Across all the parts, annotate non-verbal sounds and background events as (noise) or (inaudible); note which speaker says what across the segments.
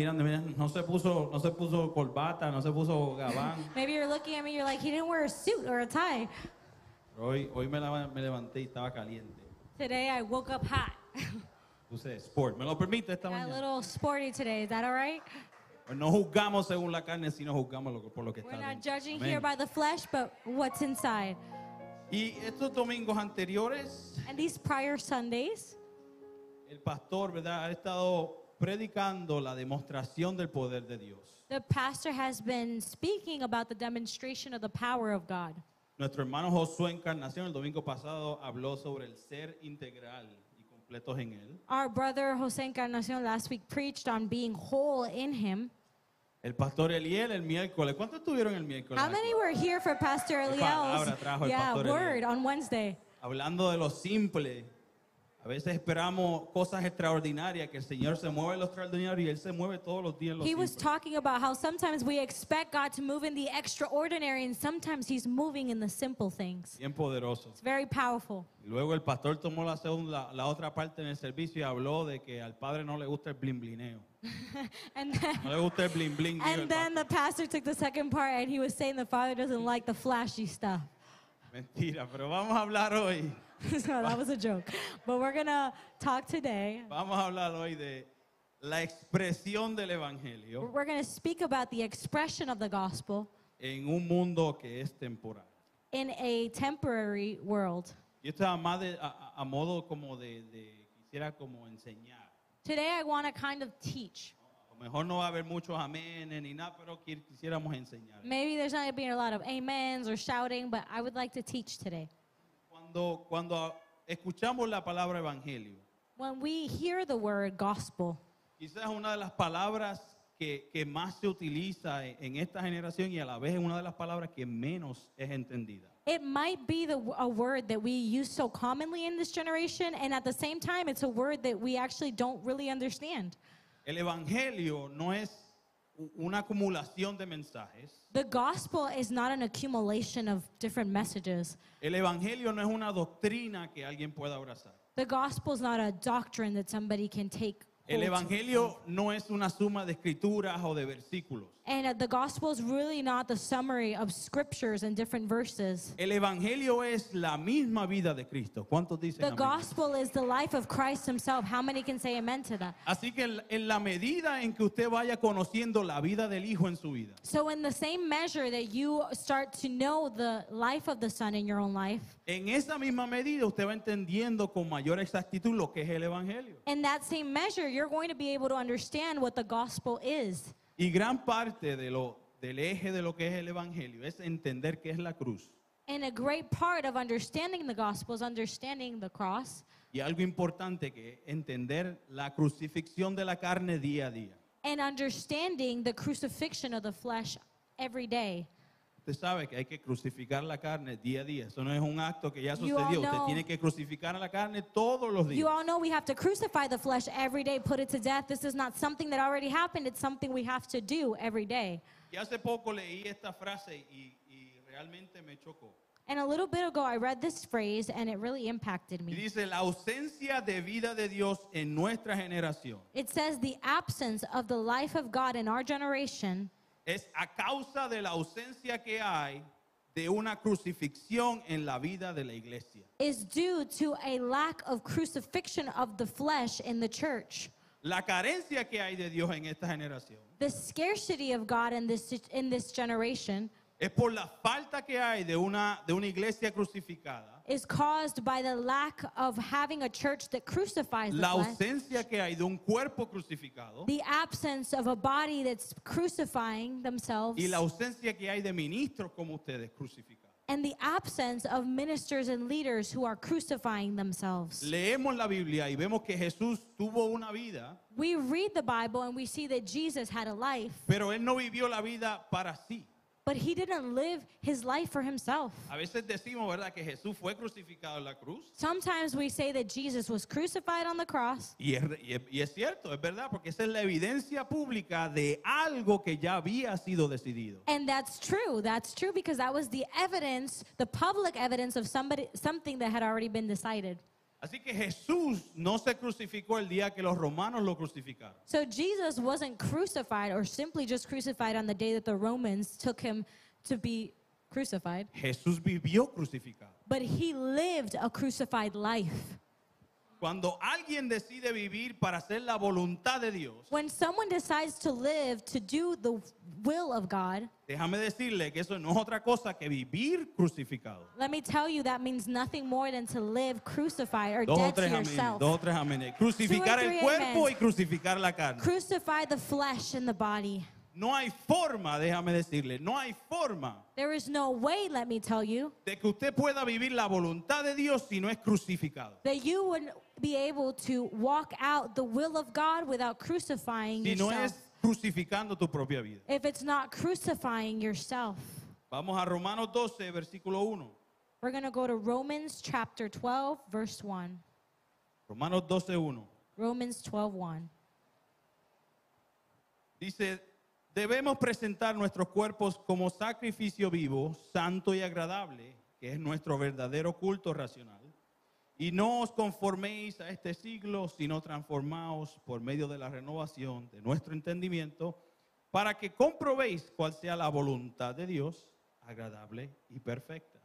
Speaker 1: Mirando, mirando, no se puso, no se puso corbata, no se puso
Speaker 2: (laughs)
Speaker 1: gabán.
Speaker 2: Maybe you're looking at me, you're like, he didn't wear a suit or a tie.
Speaker 1: Pero Hoy, hoy me, lava- me levanté y estaba caliente.
Speaker 2: Today I woke up hot.
Speaker 1: Puse sport. ¿Me lo permite esta
Speaker 2: Got a
Speaker 1: mañana? Pues
Speaker 2: little sporty today. Is that all right?
Speaker 1: No juzgamos según la carne, sino juzgamos lo que- por lo que
Speaker 2: We're
Speaker 1: está
Speaker 2: not
Speaker 1: dentro.
Speaker 2: judging
Speaker 1: Amén.
Speaker 2: here by the flesh, but what's inside.
Speaker 1: Y estos domingos anteriores,
Speaker 2: And these prior Sundays,
Speaker 1: el pastor, ¿verdad? Ha estado predicando la demostración del poder de Dios.
Speaker 2: the pastor has been speaking about the demonstration of the power of God.
Speaker 1: Nuestro hermano Josué Encarnación el domingo pasado habló sobre el ser integral y completos en él.
Speaker 2: Our brother Jose Encarnacion last week preached on being whole in him.
Speaker 1: El pastor Eliel el miércoles. ¿Cuántos estuvieron el miércoles?
Speaker 2: How
Speaker 1: aquí?
Speaker 2: many were here for Pastor
Speaker 1: Qué
Speaker 2: Eliel's
Speaker 1: palabra trajo el
Speaker 2: yeah,
Speaker 1: Pastor Eliel.
Speaker 2: word on Wednesday?
Speaker 1: Hablando de lo simple, a veces esperamos cosas extraordinarias, que el Señor se mueve en lo extraordinario y Él se mueve todos los días en lo
Speaker 2: He was
Speaker 1: simple.
Speaker 2: talking about how sometimes we expect God to move in the extraordinary and sometimes he's moving in the simple things.
Speaker 1: Bien poderoso.
Speaker 2: It's very powerful.
Speaker 1: Y luego el pastor tomó la, segunda, la otra parte en el servicio y habló de que al padre no le gusta el blimblineo.
Speaker 2: And then,
Speaker 1: No le gusta el blin blin. dijo el
Speaker 2: (laughs) and then the
Speaker 1: pastor.
Speaker 2: pastor took the second part and he was saying the father doesn't like the flashy stuff. (laughs)
Speaker 1: Mentira, pero vamos a hablar hoy.
Speaker 2: so that was a joke. But we're going to talk today.
Speaker 1: Vamos a hablar hoy de la expresión del
Speaker 2: We're-
Speaker 1: evangelio
Speaker 2: We're going to speak about the expression of the gospel
Speaker 1: en un mundo que es temporal.
Speaker 2: in a temporary world.
Speaker 1: Y esto a, más de- a- a- a modo como de, de- quisiera como enseñar.
Speaker 2: Today I want to kind of teach.
Speaker 1: A lo mejor no va a haber muchos amenes ni nada, pero qui- quisiéramos enseñar.
Speaker 2: Maybe there's not going to be a lot of amens or shouting, but I would like to teach today.
Speaker 1: Cuando, cuando escuchamos la palabra evangelio,
Speaker 2: When we hear the word gospel,
Speaker 1: quizás una de las palabras que, que más se utiliza en, en esta generación y a la vez es una de las palabras que menos es entendida.
Speaker 2: it might be the, a word that we use so commonly in this generation, and at the same time, it's a word that we actually don't really understand.
Speaker 1: El evangelio no es u- una acumulación de mensajes.
Speaker 2: The gospel is not an accumulation of different messages.
Speaker 1: El evangelio no es una doctrina que alguien pueda abrazar.
Speaker 2: The gospel is not a doctrine that somebody can take.
Speaker 1: El
Speaker 2: hold to.
Speaker 1: evangelio no es una suma de escrituras o de versículos.
Speaker 2: And uh, the gospel is really not the summary of scriptures and different verses.
Speaker 1: El evangelio es la misma vida de Cristo. ¿Cuántos dicen
Speaker 2: The
Speaker 1: amén?
Speaker 2: gospel is the life of Christ himself. How many can say amen to that?
Speaker 1: Así que en, en la medida en que usted vaya conociendo la vida del Hijo en su vida,
Speaker 2: So, in the same measure that you start to know the life of the Son in your own life,
Speaker 1: en esa misma medida usted va entendiendo con mayor exactitud lo que es el evangelio.
Speaker 2: in that same measure, you're going to be able to understand what the gospel is.
Speaker 1: Y gran parte de lo, del eje de lo que es el evangelio es entender qué es la cruz.
Speaker 2: And a great part of understanding the gospel is understanding the cross,
Speaker 1: Y algo importante que es entender la crucifixión de la carne día a día.
Speaker 2: and understanding the crucifixion of the flesh every day.
Speaker 1: Usted sabe que hay que crucificar la carne día a día. Eso no es un acto que ya
Speaker 2: You all
Speaker 1: sucedió. Usted
Speaker 2: know-
Speaker 1: tiene que crucificar a la carne todos los días.
Speaker 2: You all know we have to crucify the flesh every day, put it to death. This is not something that already happened, it's something we have to do every day.
Speaker 1: Y hace poco leí esta frase y, y realmente me chocó.
Speaker 2: And a little bit ago, I read this phrase and it really impacted
Speaker 1: Y
Speaker 2: me.
Speaker 1: dice, la ausencia de vida de Dios en nuestra generación
Speaker 2: It says the absence of the life of God in our generation
Speaker 1: es a causa de la ausencia que hay de una crucifixión en la vida de la iglesia.
Speaker 2: is due to a lack of crucifixion of the flesh in the church.
Speaker 1: La carencia que hay de Dios en esta generación
Speaker 2: The scarcity of God in this in this generation
Speaker 1: es por la falta que hay de una, de una iglesia crucificada,
Speaker 2: is caused by the lack of having a church that crucifies the
Speaker 1: la
Speaker 2: flesh.
Speaker 1: ausencia que hay de un cuerpo crucificado
Speaker 2: The absence of a body that's crucifying themselves
Speaker 1: y la ausencia que hay de ministros como ustedes crucificados.
Speaker 2: and the absence of ministers and leaders who are crucifying themselves.
Speaker 1: Leemos la Biblia y vemos que Jesús tuvo una vida,
Speaker 2: We read the Bible and we see that Jesus had a life
Speaker 1: pero él no vivió la vida para sí.
Speaker 2: But he didn't live his life for himself.
Speaker 1: A veces decimos, ¿verdad?, que Jesús fue crucificado en la cruz.
Speaker 2: Sometimes we say that Jesus was crucified on the cross,
Speaker 1: Y es, y es- y es cierto, es verdad, porque esa es la evidencia pública de algo que ya había sido decidido.
Speaker 2: and that's true. That's true because that was the evidence, the public evidence of somebody something that had already been decided.
Speaker 1: Así que Jesús no se crucificó el día que los romanos lo crucificaron.
Speaker 2: So Jesus wasn't crucified or simply just crucified on the day that the Romans took him to be crucified,
Speaker 1: Jesús vivió crucificado.
Speaker 2: but he lived a crucified life.
Speaker 1: Cuando alguien decide vivir para hacer la voluntad de Dios,
Speaker 2: When someone decides to live to do the will of God,
Speaker 1: déjame decirle que eso no es otra cosa que vivir crucificado.
Speaker 2: let me tell you that means nothing more than to live crucified or
Speaker 1: Dos o
Speaker 2: dead to
Speaker 1: tres amén,
Speaker 2: yourself.
Speaker 1: dos o tres amén. Crucificar
Speaker 2: Two or
Speaker 1: el
Speaker 2: three
Speaker 1: cuerpo
Speaker 2: amens.
Speaker 1: y crucificar la carne.
Speaker 2: Crucify the flesh and the body.
Speaker 1: No hay forma, déjame decirle, no hay forma
Speaker 2: There is no way, let me tell you,
Speaker 1: de que usted pueda vivir la voluntad de Dios si no es crucificado.
Speaker 2: that you would be able to walk out the will of God without crucifying
Speaker 1: Si no
Speaker 2: yourself.
Speaker 1: es crucificando tu propia vida.
Speaker 2: if it's not crucifying yourself.
Speaker 1: Vamos a Romanos 12, versículo 1.
Speaker 2: We're going to go to Romans chapter 12, verse 1.
Speaker 1: Romanos 12, 1.
Speaker 2: Romans 12, 1.
Speaker 1: Dice, debemos presentar nuestros cuerpos como sacrificio vivo, santo y agradable, que es nuestro verdadero culto racional. Y no os conforméis a este siglo, sino transformaos por medio de la renovación de nuestro entendimiento, para que comprobéis cuál sea la voluntad de Dios, agradable y perfecta.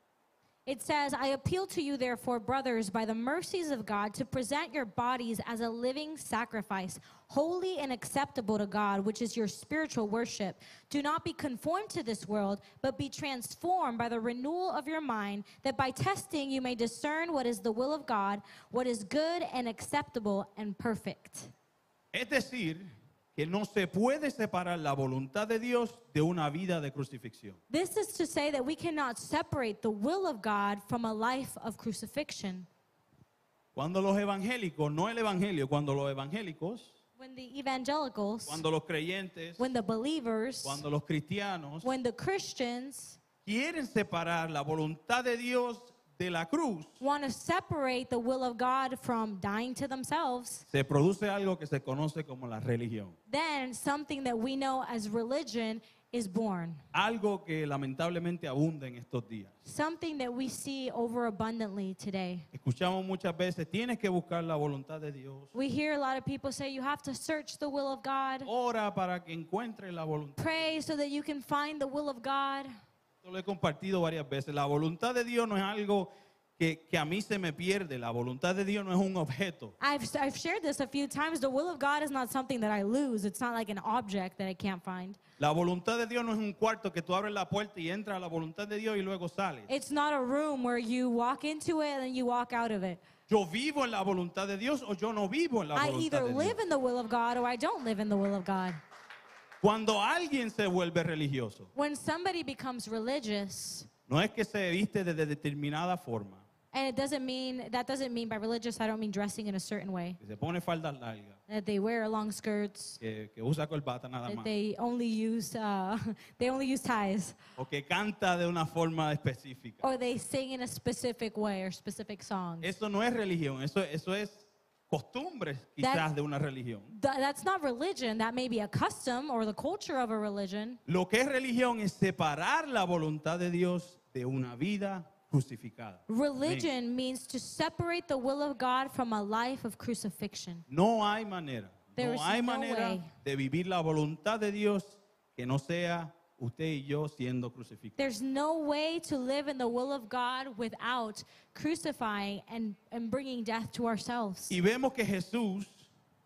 Speaker 2: It says, I appeal to you, therefore, brothers, by the mercies of God, to present your bodies as a living sacrifice, holy and acceptable to God, which is your spiritual worship. Do not be conformed to this world, but be transformed by the renewal of your mind, that by testing you may discern what is the will of God, what is good and acceptable and perfect.
Speaker 1: Es decir, que no se puede separar la voluntad de Dios de una vida de crucifixión.
Speaker 2: This is to say that we cannot separate the will of God from a life of crucifixion.
Speaker 1: Cuando los evangélicos, no el evangelio, cuando los evangélicos,
Speaker 2: When the evangelicals,
Speaker 1: cuando los creyentes,
Speaker 2: when the believers,
Speaker 1: cuando los cristianos
Speaker 2: when the Christians
Speaker 1: quieren separar la voluntad de Dios de la cruz,
Speaker 2: want to separate the will of God from dying to themselves,
Speaker 1: se produce algo que se conoce como la religión.
Speaker 2: then something that we know as religion is born.
Speaker 1: Algo que lamentablemente abunda en estos días.
Speaker 2: Something that we see overabundantly today.
Speaker 1: Escuchamos muchas veces, tienes que buscar la voluntad de Dios.
Speaker 2: We hear a lot of people say you have to search the will of God,
Speaker 1: Ora para que encuentre la voluntad.
Speaker 2: pray so that you can find the will of God.
Speaker 1: Esto lo he compartido varias veces. La voluntad de Dios no es algo que, que a mí se me pierde. La voluntad de Dios no es un objeto.
Speaker 2: I've, I've shared this a few times. The will of God is not something that I lose. It's not like an object that I can't find.
Speaker 1: La voluntad de Dios no es un cuarto que tú abres la puerta y entras a la voluntad de Dios y luego sales.
Speaker 2: It's not a room where you walk into it and then you walk out of it.
Speaker 1: Yo vivo en la voluntad de Dios o yo no vivo en la
Speaker 2: I
Speaker 1: voluntad
Speaker 2: either
Speaker 1: de Dios.
Speaker 2: live in the will of God or I don't live in the will of God.
Speaker 1: Cuando alguien se vuelve religioso,
Speaker 2: When somebody becomes religious,
Speaker 1: no es que se viste de de determinada forma,
Speaker 2: and it doesn't mean that doesn't mean by religious I don't mean dressing in a certain way.
Speaker 1: que se pone faldas largas,
Speaker 2: That they wear long skirts,
Speaker 1: que, que usa corbata nada
Speaker 2: that
Speaker 1: más,
Speaker 2: they only use uh, (laughs) they only use ties,
Speaker 1: o que canta de una forma específica.
Speaker 2: or they sing in a specific way or specific song.
Speaker 1: Eso no es religión, eso, eso es costumbres quizás de una religión.
Speaker 2: Th- that's not religion. That may be a custom or the culture of a religion.
Speaker 1: Lo que es religión es separar la voluntad de Dios de una vida crucificada.
Speaker 2: Religion means to separate the will of God from a life of crucifixion.
Speaker 1: No hay manera,
Speaker 2: There is
Speaker 1: no hay
Speaker 2: no
Speaker 1: manera
Speaker 2: way.
Speaker 1: de vivir la voluntad de Dios que no sea usted y yo siendo crucificados.
Speaker 2: There's no way to live in the will of God without crucifying and, and bringing death to ourselves.
Speaker 1: Y vemos que Jesús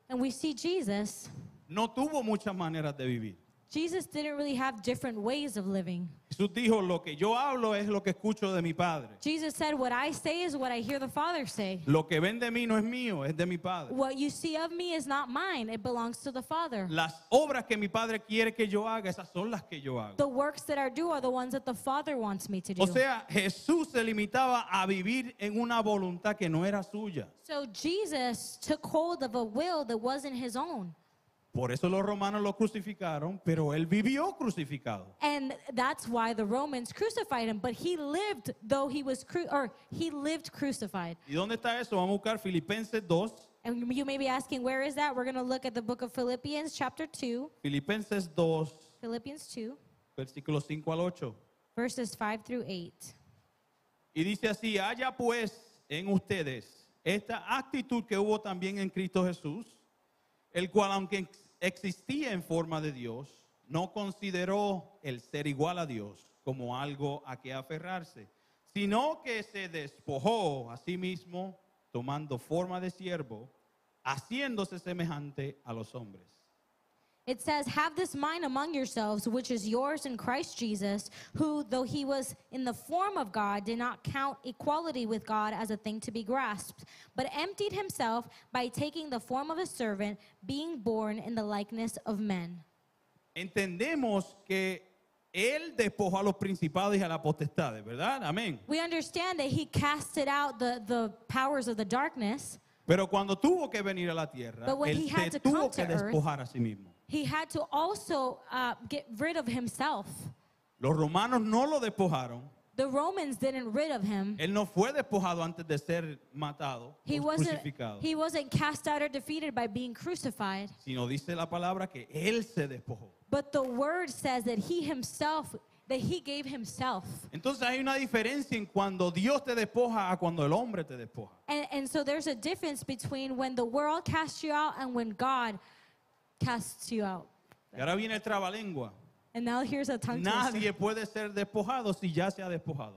Speaker 2: And we see Jesus.
Speaker 1: no tuvo muchas maneras de vivir.
Speaker 2: Jesus didn't really have different ways of living.
Speaker 1: Jesús dijo, lo que yo hablo es lo que escucho de mi Padre.
Speaker 2: Jesus said, What I say is what I hear the Father say.
Speaker 1: Lo que ven de mí no es mío, es de mi Padre.
Speaker 2: What you see of me is not mine, it belongs to the Father.
Speaker 1: Las obras que mi Padre quiere que yo haga, esas son las que yo hago.
Speaker 2: The works that I do are the ones that the Father wants me to do.
Speaker 1: O sea, Jesús se limitaba a vivir en una voluntad que no era suya.
Speaker 2: so Jesus took hold of a will that wasn't his own.
Speaker 1: Por eso los romanos lo crucificaron, pero él vivió crucificado.
Speaker 2: And that's why the Romans crucified him, but he lived though he was cru- or he lived crucified.
Speaker 1: ¿Y dónde está eso? Vamos a buscar Filipenses 2,
Speaker 2: And you may be asking where is that? We're going to look at the book of Philippians chapter 2,
Speaker 1: Filipenses 2,
Speaker 2: Philippians 2
Speaker 1: versículos 5 al 8.
Speaker 2: verses 5 through 8.
Speaker 1: Y dice así, haya pues en ustedes Esta actitud que hubo también en Cristo Jesús, el cual aunque ex- existía en forma de Dios, no consideró el ser igual a Dios como algo a que aferrarse, sino que se despojó a sí mismo tomando forma de siervo, haciéndose semejante a los hombres.
Speaker 2: It says, Have this mind among yourselves, which is yours in Christ Jesus, who, though he was in the form of God, did not count equality with God as a thing to be grasped, but emptied himself by taking the form of a servant, being born in the likeness of men.
Speaker 1: Entendemos que él despojó a los principados y a las potestades, ¿verdad? Amén.
Speaker 2: We understand that he casted out the, the powers of the darkness.
Speaker 1: Pero cuando tuvo que venir a la tierra,
Speaker 2: But when
Speaker 1: él
Speaker 2: he had
Speaker 1: se
Speaker 2: to
Speaker 1: tuvo
Speaker 2: come
Speaker 1: que
Speaker 2: to earth-
Speaker 1: despojar a sí mismo.
Speaker 2: He had to also uh, get rid of himself.
Speaker 1: Los romanos no lo despojaron.
Speaker 2: The Romans didn't rid of him.
Speaker 1: Él no fue despojado antes de ser matado,
Speaker 2: He
Speaker 1: o
Speaker 2: wasn't,
Speaker 1: crucificado.
Speaker 2: he wasn't cast out or defeated by being crucified.
Speaker 1: Sino dice la palabra que él se despojó.
Speaker 2: But the word says that he himself, that he gave himself.
Speaker 1: Entonces hay una diferencia en cuando Dios te despoja a cuando el hombre te despoja.
Speaker 2: And, and so there's a difference between when the world casts you out and when God casts you out.
Speaker 1: Y ahora viene el trabalengua.
Speaker 2: And now here's a tongue twister.
Speaker 1: Nadie puede ser despojado si ya se ha despojado.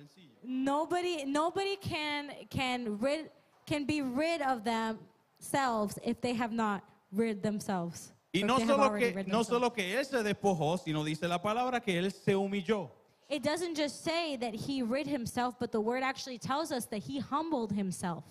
Speaker 1: Sencillo.
Speaker 2: Nobody, nobody can, can, rid, can be rid of themselves if they have not rid themselves.
Speaker 1: Y
Speaker 2: or if
Speaker 1: no
Speaker 2: they have
Speaker 1: solo,
Speaker 2: already
Speaker 1: que,
Speaker 2: rid
Speaker 1: no
Speaker 2: themselves.
Speaker 1: solo que él se despojó, sino dice la palabra que él se humilló.
Speaker 2: It doesn't just say that he rid himself, but the word actually tells us that he humbled himself.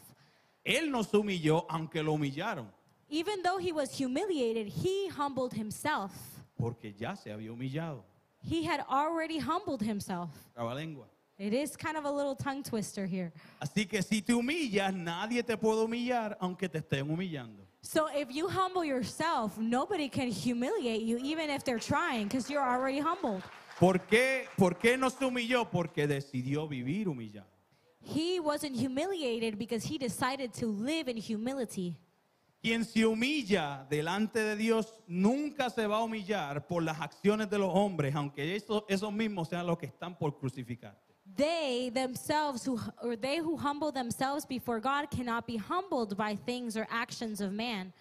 Speaker 1: Él nos humilló aunque lo humillaron,
Speaker 2: Even though he was humiliated, he humbled himself.
Speaker 1: porque ya se había humillado.
Speaker 2: He had already humbled himself.
Speaker 1: Trabalengua.
Speaker 2: It is kind of a little tongue twister here.
Speaker 1: Así que si te humillas, nadie te puede humillar aunque te estén humillando.
Speaker 2: So if you humble yourself, nobody can humiliate you, even if they're trying, because you're already humbled.
Speaker 1: ¿Por qué, ¿Por qué no se humilló? Porque decidió vivir humillado.
Speaker 2: He wasn't humiliated because he decided to live in humility.
Speaker 1: Quien se humilla delante de Dios nunca se va a humillar por las acciones de los hombres, aunque esos, esos mismos sean los que están por crucificarte.
Speaker 2: They themselves, who, or they who humble themselves before God, cannot be humbled by things or actions of man.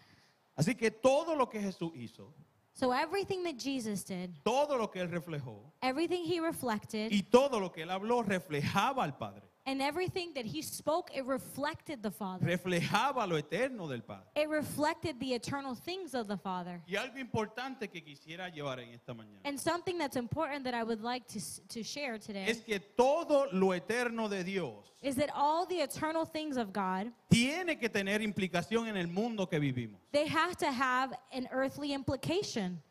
Speaker 1: Así que todo lo que Jesús hizo,
Speaker 2: So everything that Jesus did,
Speaker 1: todo lo que él reflejó
Speaker 2: everything he reflected,
Speaker 1: y todo lo que él habló reflejaba al Padre,
Speaker 2: And everything that he spoke, it reflected the Father.
Speaker 1: reflejaba lo eterno del Padre.
Speaker 2: It reflected the eternal things of the Father.
Speaker 1: Y algo importante que quisiera llevar en esta mañana
Speaker 2: And something that's important that I would like to, s- to share today
Speaker 1: es que todo lo eterno de Dios
Speaker 2: is that all the eternal things of God,
Speaker 1: tiene que tener implicación en el mundo que vivimos.
Speaker 2: they have to have an earthly implication.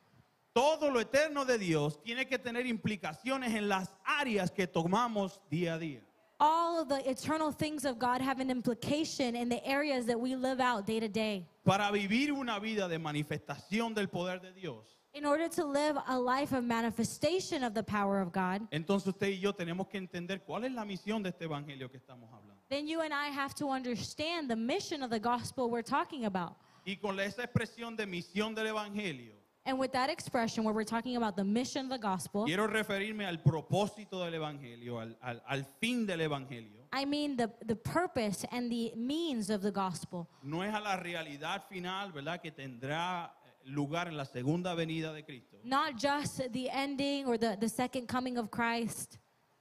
Speaker 1: Todo lo eterno de Dios tiene que tener implicaciones en las áreas que tomamos día a día.
Speaker 2: All of the eternal things of God have an implication in the areas that we live out day to day.
Speaker 1: Para vivir una vida de manifestación del poder de Dios,
Speaker 2: In order to live a life of manifestation of the power of God,
Speaker 1: entonces usted y yo tenemos que entender cuál es la misión de este evangelio que estamos hablando.
Speaker 2: then you and I have to understand the mission of the gospel we're talking about.
Speaker 1: Y con la- esa expresión de misión del evangelio,
Speaker 2: And with that expression, where we're talking about the mission of the gospel,
Speaker 1: quiero referirme al propósito del evangelio, al- al- al fin del evangelio.
Speaker 2: I mean the, the purpose and the means of the gospel.
Speaker 1: no es a la realidad final, ¿verdad? Que tendrá eh, lugar en la segunda venida de Cristo,
Speaker 2: Not just the ending or the, the second coming of Christ,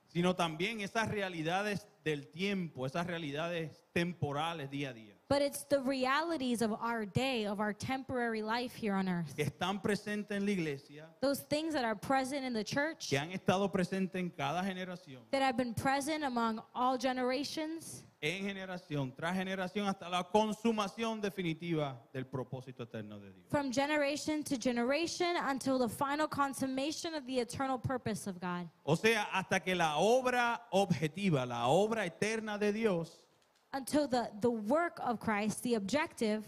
Speaker 1: sino también esas realidades del tiempo, esas realidades temporales día a día,
Speaker 2: but it's the realities of our day, of our temporary life here on earth.
Speaker 1: que están presentes en la iglesia,
Speaker 2: Those things that are present in the church,
Speaker 1: que han estado presentes en cada generación,
Speaker 2: that have been present among all generations,
Speaker 1: en generación, tras generación, hasta la consumación definitiva del propósito eterno de Dios.
Speaker 2: from generation to generation until the final consummation of the eternal purpose of God.
Speaker 1: O sea, hasta que la obra objetiva, la obra eterna de Dios,
Speaker 2: Until the, the work of Christ, the objective,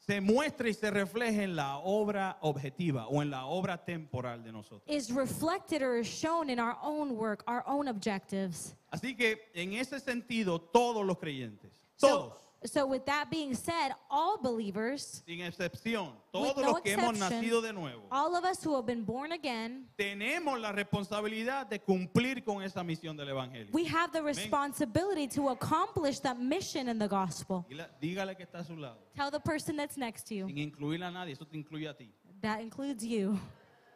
Speaker 1: se muestre y se refleje en la obra objetiva o en la obra temporal de nosotros.
Speaker 2: is reflected or is shown in our own work, our own objectives.
Speaker 1: Así que en ese sentido, todos los creyentes,
Speaker 2: So-
Speaker 1: todos,
Speaker 2: So, with that being said, all believers,
Speaker 1: sin excepción, todos
Speaker 2: no
Speaker 1: los que hemos
Speaker 2: exception,
Speaker 1: nacido de nuevo,
Speaker 2: all of us who have been born again,
Speaker 1: tenemos la responsabilidad de cumplir con esa misión del Evangelio.
Speaker 2: we have the responsibility to accomplish that mission in the gospel.
Speaker 1: Y la- dígale que está a su lado,
Speaker 2: Tell the person that's next to you.
Speaker 1: sin incluir a nadie, eso te incluye a ti.
Speaker 2: That includes you.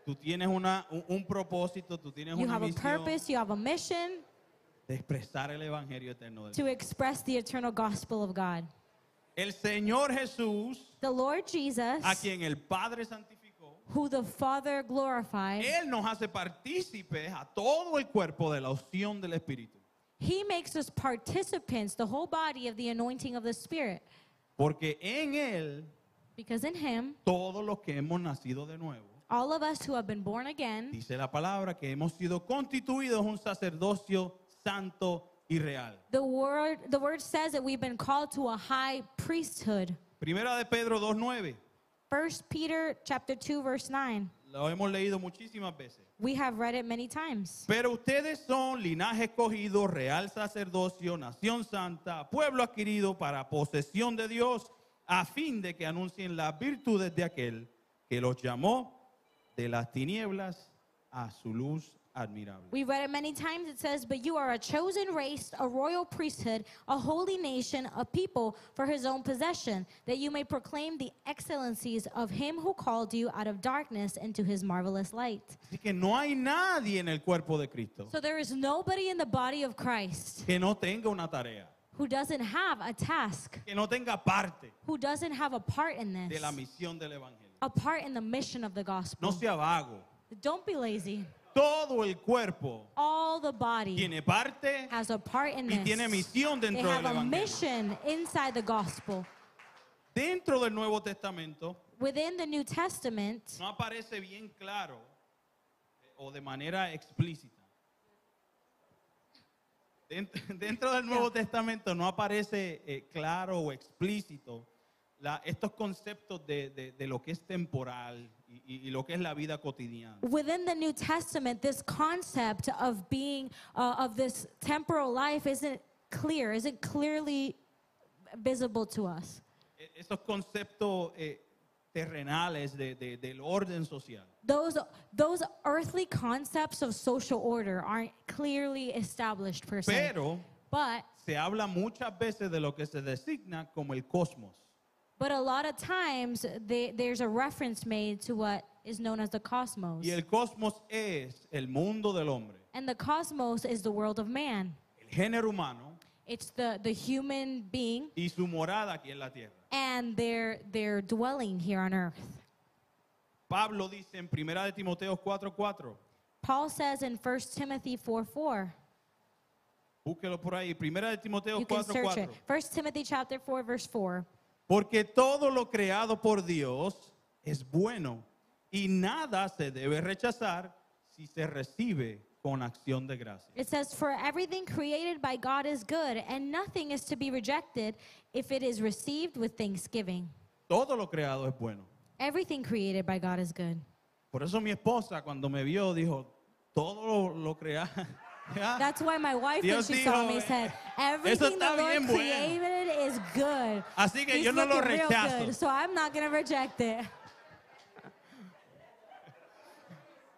Speaker 1: Tú tienes una, un, un propósito, tú tienes
Speaker 2: You
Speaker 1: una
Speaker 2: have a
Speaker 1: misión
Speaker 2: purpose, you have a mission
Speaker 1: de expresar el Evangelio eterno. de Dios.
Speaker 2: to express the eternal gospel of God.
Speaker 1: El Señor Jesús,
Speaker 2: The Lord Jesus,
Speaker 1: a quien el Padre santificó,
Speaker 2: who the Father glorified,
Speaker 1: Él nos hace partícipes a todo el cuerpo de la opción del Espíritu.
Speaker 2: he makes us participants, the whole body of the anointing of the Spirit.
Speaker 1: Porque en Él,
Speaker 2: Because in him,
Speaker 1: todos los que hemos nacido de nuevo,
Speaker 2: all of us who have been born again,
Speaker 1: dice la palabra que hemos sido constituidos un sacerdocio santo y real.
Speaker 2: the word, the word says that we've been called to a high priesthood.
Speaker 1: Primera de Pedro 2.9,
Speaker 2: First Peter chapter 2 verse 9.
Speaker 1: lo hemos leído muchísimas veces.
Speaker 2: We have read it many times.
Speaker 1: Pero ustedes son linaje escogido, real sacerdocio, nación santa, pueblo adquirido para posesión de Dios, a fin de que anuncien las virtudes de aquel que los llamó de las tinieblas a su luz admirable.
Speaker 2: We read it many times. It says, But you are a chosen race, a royal priesthood, a holy nation, a people for his own possession, that you may proclaim the excellencies of him who called you out of darkness into his marvelous light.
Speaker 1: Así que no hay nadie en el cuerpo de Cristo
Speaker 2: So there is nobody in the body of Christ
Speaker 1: que no tenga una tarea,
Speaker 2: who doesn't have a task,
Speaker 1: que no tenga parte
Speaker 2: who doesn't have a part in
Speaker 1: de
Speaker 2: this,
Speaker 1: la misión del Evangelio.
Speaker 2: a part in the mission of the
Speaker 1: No
Speaker 2: gospel.
Speaker 1: sea vago.
Speaker 2: Don't be lazy.
Speaker 1: Todo el cuerpo
Speaker 2: All the body
Speaker 1: tiene parte
Speaker 2: has a part in
Speaker 1: y tiene
Speaker 2: this.
Speaker 1: misión
Speaker 2: They
Speaker 1: dentro
Speaker 2: have
Speaker 1: del
Speaker 2: a
Speaker 1: Evangelio.
Speaker 2: mission inside the gospel.
Speaker 1: Dentro del Nuevo Testamento
Speaker 2: Within the New Testament,
Speaker 1: no aparece bien claro eh, o de manera explícita. Dent- (laughs) Dentro, del Nuevo Testamento no aparece eh, claro o explícito la- estos conceptos de, de- de lo que es temporal y, y- y lo que es la vida cotidiana.
Speaker 2: within the New Testament, this concept of being uh, of this temporal life isn't clear, isn't clearly visible to us.
Speaker 1: E- Esos conceptos eh, terrenales de- de- del orden social.
Speaker 2: Those those earthly concepts of social order aren't clearly established per se.
Speaker 1: Pero
Speaker 2: but
Speaker 1: se habla muchas veces de lo que se designa como el cosmos.
Speaker 2: but a lot of times they, there's a reference made to what is known as the cosmos.
Speaker 1: Y el cosmos es el mundo del hombre,
Speaker 2: and the cosmos is the world of man.
Speaker 1: el género humano
Speaker 2: It's the, the human being
Speaker 1: y su morada aquí en la tierra.
Speaker 2: and their their dwelling here on earth.
Speaker 1: Pablo dice en 1 de Timoteo 4:4,
Speaker 2: Paul says in 1 Timothy 4 4.
Speaker 1: búsquelo por ahí, 1 de Timoteo
Speaker 2: You can search it.
Speaker 1: 4:4,
Speaker 2: 1 Timothy chapter 4, verse 4.
Speaker 1: porque todo lo creado por Dios es bueno y nada se debe rechazar si se recibe con acción de gracia.
Speaker 2: It says, For everything created by God is good, and nothing is to be rejected if it is received with thanksgiving.
Speaker 1: Todo lo creado es bueno.
Speaker 2: Everything created by God is good.
Speaker 1: Por eso mi esposa cuando me vio dijo, todo lo, lo creado. (laughs)
Speaker 2: That's why my wife,
Speaker 1: Dios
Speaker 2: when she saw
Speaker 1: dijo,
Speaker 2: me, said,
Speaker 1: "Eso
Speaker 2: Everything the
Speaker 1: está
Speaker 2: Lord
Speaker 1: bien bueno."
Speaker 2: created is good.
Speaker 1: Así que
Speaker 2: He's
Speaker 1: yo no lo
Speaker 2: looking real
Speaker 1: rechazo.
Speaker 2: good, so I'm not going to reject it.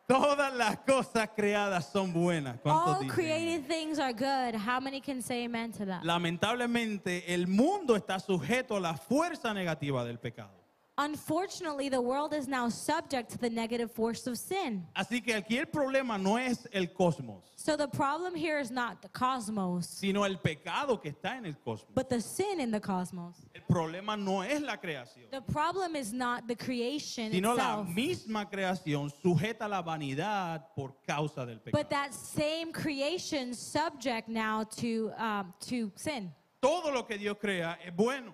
Speaker 1: Todas las cosas creadas son buenas. ¿Cuántos
Speaker 2: All
Speaker 1: dicen?
Speaker 2: created things are good. How many can say amen to that?
Speaker 1: Lamentablemente, el mundo está sujeto a la fuerza negativa del pecado.
Speaker 2: Unfortunately, the world is now subject to the negative force of sin.
Speaker 1: Así que aquí el problema no es el cosmos,
Speaker 2: So the problem here is not the cosmos,
Speaker 1: sino el pecado que está en el cosmos.
Speaker 2: but the sin in the cosmos.
Speaker 1: El problema no es la creación,
Speaker 2: The problem is not the creation
Speaker 1: sino la
Speaker 2: itself,
Speaker 1: misma creación sujeta a la vanidad por causa del pecado.
Speaker 2: but that same creation subject now to um, to sin.
Speaker 1: Todo lo que Dios crea es bueno.